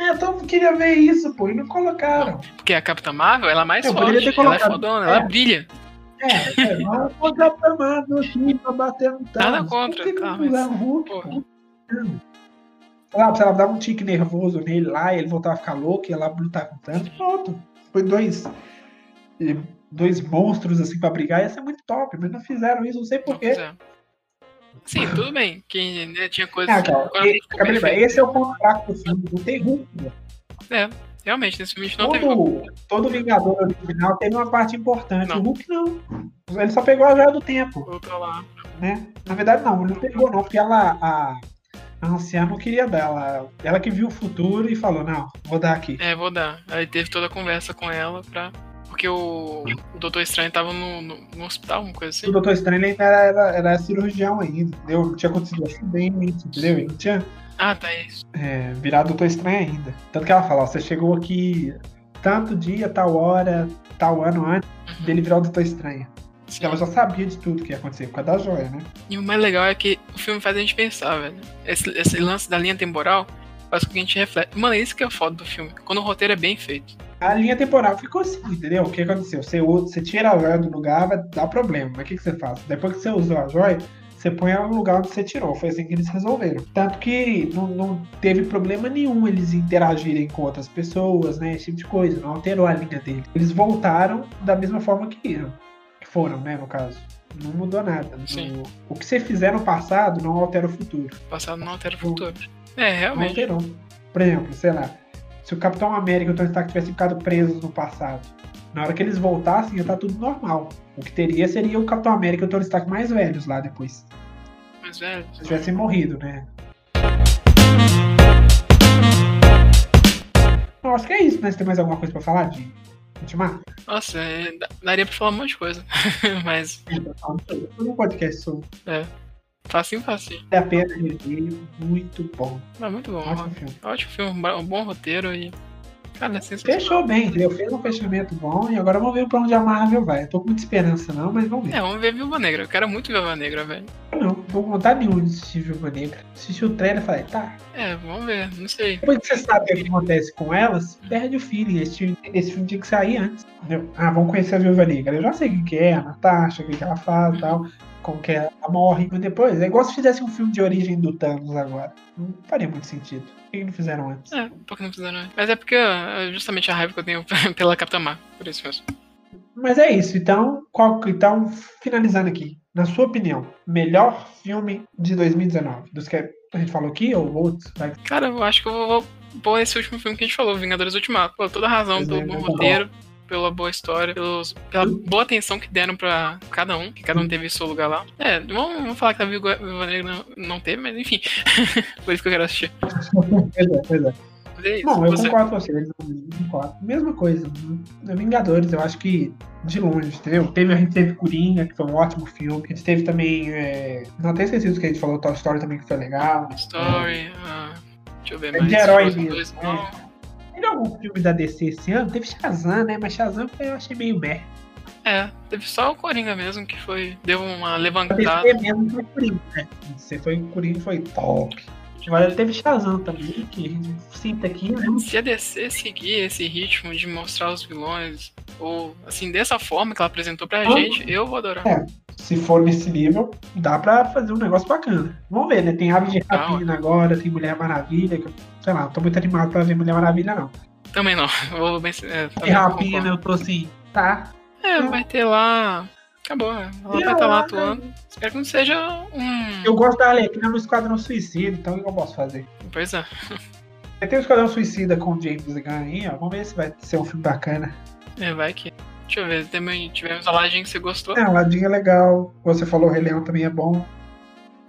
É, eu tô- queria ver isso, pô, e não colocaram. Porque a Capitã Marvel, ela é mais Eu poderia forte. ter Ela é colocado. fodona, ela É. brilha. É, é, vamos botar pra mais no time pra bater no Thanos. Nada contra, Por que que não tá, fizeram o Hulk? Porra. Lá, sei lá, dava um tique nervoso nele lá, ele voltava a ficar louco, ia lá lutar com o Thanos, pronto. Foi dois, eh, dois monstros assim pra brigar, ia ser muito top, mas não fizeram isso, não sei Não porquê. fizeram. Sim, tudo bem. Que né, tinha coisas. Ah, cara, que- e- acabei de lembrar, esse é o ponto fraco do filme, não tem Hulk. né? Realmente, nesse filme a gente não teve Hulk. Todo, todo Vingador original teve uma parte importante, Não. o Hulk não. Ele só pegou a joia do tempo. Voltou lá. né? Na verdade, não, ele não pegou, não, porque ela, a, a anciã não queria dar. Ela, ela que viu o futuro e falou: Não, vou dar aqui. É, vou dar. Aí teve toda a conversa com ela pra. Porque o, o Doutor Estranho tava no, no, no hospital, uma coisa O assim. Doutor Estranho ele era, era, era cirurgião ainda, entendeu? Não tinha acontecido acidente, entendeu? Ele não tinha Ah, tá, é isso. é, virado Doutor Estranho ainda. Tanto que ela fala: ó, Você chegou aqui tanto dia, tal hora, tal ano antes dele virar o Doutor Estranho. Sim. Ela já sabia de tudo que ia acontecer por causa da joia, né? E o mais legal é que o filme faz a gente pensar, velho. Esse, esse lance da linha temporal faz com que a gente reflete. Mano, é isso que é o foda do filme. Quando o roteiro é bem feito. A linha temporal ficou assim, entendeu? O que aconteceu? Você, usa- você tira a joia do lugar, vai dar problema. Mas o que, que você faz? Depois que você usou a joia, você põe ela no lugar onde você tirou. Foi assim que eles resolveram. Tanto que não, não teve problema nenhum eles interagirem com outras pessoas, né? Esse tipo de coisa. Não alterou a linha dele. Eles voltaram da mesma forma que iram. Que foram, né, no caso. Não mudou nada. Sim. Não- o que você fizer no passado não altera o futuro. O passado não altera o futuro. É, Não realmente. alterou. Por exemplo, sei lá, se o Capitão América e o Tony Stark tivessem ficado presos no passado, na hora que eles voltassem ia estar tudo normal. O que teria seria o Capitão América e o Tony Stark mais velhos lá depois. Mas, velho. Se tivessem morrido, né? Eu acho que é isso, né? Você tem mais alguma coisa pra falar de Ultimato? Nossa, é, da- daria pra falar um monte de coisa. Mas, Foi um podcast sobre. facinho, facinho. Vale a pena rever, muito bom. Um Mas muito bom. Ótimo filme. Ótimo filme, um ba- um bom roteiro e. Cara, é sensacional. Fechou bem, entendeu? Fez um fechamento bom e agora vamos ver pra onde a Marvel vai. Eu tô com muita esperança, não, mas vamos ver. É, vamos ver Viúva Negra. Eu quero muito Viúva Negra, velho. Eu Não, não vou contar nenhum de assistir Viúva Negra. Assisti o trailer e falei, tá. É, vamos ver. Não sei. Depois que você sabe o que acontece com elas, perde o feeling. Esse, esse filme tinha que sair antes. entendeu? Ah, vamos conhecer a Viúva Negra. Eu já sei o que é, a Natasha, o que que ela faz e tal. Como que ela morre. Mas depois, é igual se fizesse um filme de origem do Thanos agora. Não faria muito sentido. Por que que não fizeram antes? É, porque não fizeram. antes. Mas é porque ó, é justamente a raiva que eu tenho pela Capitã Marvel, por isso mesmo. Mas é isso. Então, qual, que- então, finalizando aqui. Na sua opinião, melhor filme de 2019? Dos que a gente falou aqui ou outros? Vai Cara, eu acho que eu vou, vou pôr esse último filme que a gente falou, Vingadores Ultimato. Pô, toda razão Pois pelo é, bom eu roteiro, pela boa história, pelos- pela boa atenção que deram pra cada um, que cada um teve seu lugar lá. É, não vamos falar que a Viúva Viúva Negra não, não teve, mas enfim. Por isso que eu quero assistir. Pois é, pois é. Mas é isso, Não, eu você- concordo com você. eu Concordo. Mesma coisa. né? Vingadores, eu acho que de longe, entendeu? Teve, a gente teve Coringa, que foi um ótimo filme. A gente teve também. É... Não até esqueci do que a gente falou, Toy Story também, que foi legal. Story. ah, deixa eu ver É mais. de herói Frozen mesmo, 2, né? não. Teve algum filme da DC esse ano? Teve Shazam, né? Mas Shazam eu achei meio bé. É, teve só o Coringa mesmo que foi. Deu uma A levantada. DC mesmo foi Coringa, né? Você foi Coringa foi top. Agora teve Shazam também, que a gente cita aqui, né? Se a DC seguir esse ritmo de mostrar os vilões, ou assim, dessa forma que ela apresentou pra Vamos. gente, eu vou adorar. se for nesse nível, dá pra fazer um negócio bacana. Vamos ver, né? Tem Ave de Não. Rapina agora, tem Mulher Maravilha. que eu- sei lá, não tô muito animado pra ver Mulher Maravilha, não. Também não. Vou bem, é, Tem também Rapina, concordo. eu tô assim, tá. é, vai ter lá. Acabou, né? ela vai E estar eu lá acho- atuando. Espero que não seja um. Eu gosto da Arlequina no Esquadrão Suicida, então o que eu posso fazer? Pois é. Vai ter o Esquadrão Suicida com o James Gunn aí, ó. Vamos ver se vai ser um filme bacana. É, vai que. Deixa eu ver. Também tivemos a Ladinha que você gostou. É, o Ladinho é legal. Você falou o Rei Leão também é bom.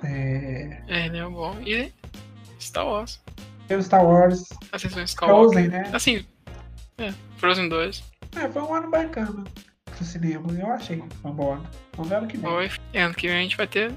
É... É, ele é bom. E Star Wars. Tem o Star Wars, A sessão Skywalker. Frozen, né? Assim. É, Frozen 2. É, foi um ano bacana pro cinema. Eu achei que foi um bom ano. Vamos ver ano que vem. Oi. É, ano que vem a gente vai ter.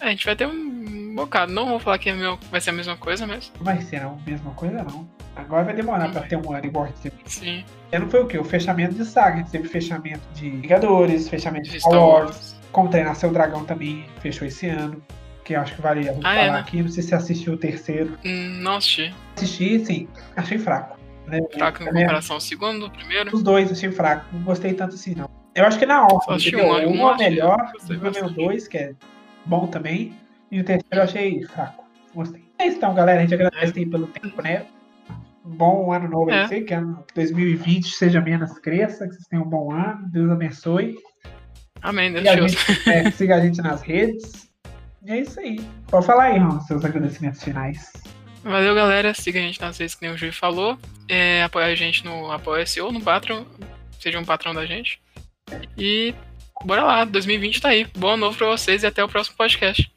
A gente vai ter um bocado. Não vou falar que é meu- vai ser a mesma coisa, mas. Não vai ser a mesma coisa, não. Agora vai demorar É. pra ter um ano igual a gente teve. Sim. Ano foi o quê? O fechamento de saga. A gente teve fechamento de Vingadores, fechamento de de Star Wars. Como Treinar Seu Dragão também fechou esse ano. Que eu acho que vale a gente Ah, é, falar né? aqui. Não sei se você assistiu o terceiro. Hum, Não assisti. Assisti, sim. Achei fraco. Né? Fraco em Também comparação ao segundo, ao primeiro. Os dois achei fraco. Não gostei tanto assim, não. Eu acho que na ordem. Achei entendeu? um ótimo, Um é ótimo. melhor. Gostei Depois veio o bastante. dois, que é bom também. E o terceiro eu achei fraco. Gostei. É isso então, galera. A gente agradece aí pelo tempo, né? Um Bom ano novo aí, É. pra você, que ano 2020 seja menos cresça, que vocês tenham um bom ano, Deus abençoe. Amém, Deus Siga te a, ouça. gente, é, siga a gente nas redes. E é isso aí. Pode falar aí, Ron, seus agradecimentos finais. Valeu, galera. Siga a gente nas redes que nem o Júlio falou. É, apoia a gente no Apoia-se ou no Patreon. Seja um patrão da gente. E bora lá, 2020 tá aí. Bom ano novo pra vocês e até o próximo podcast.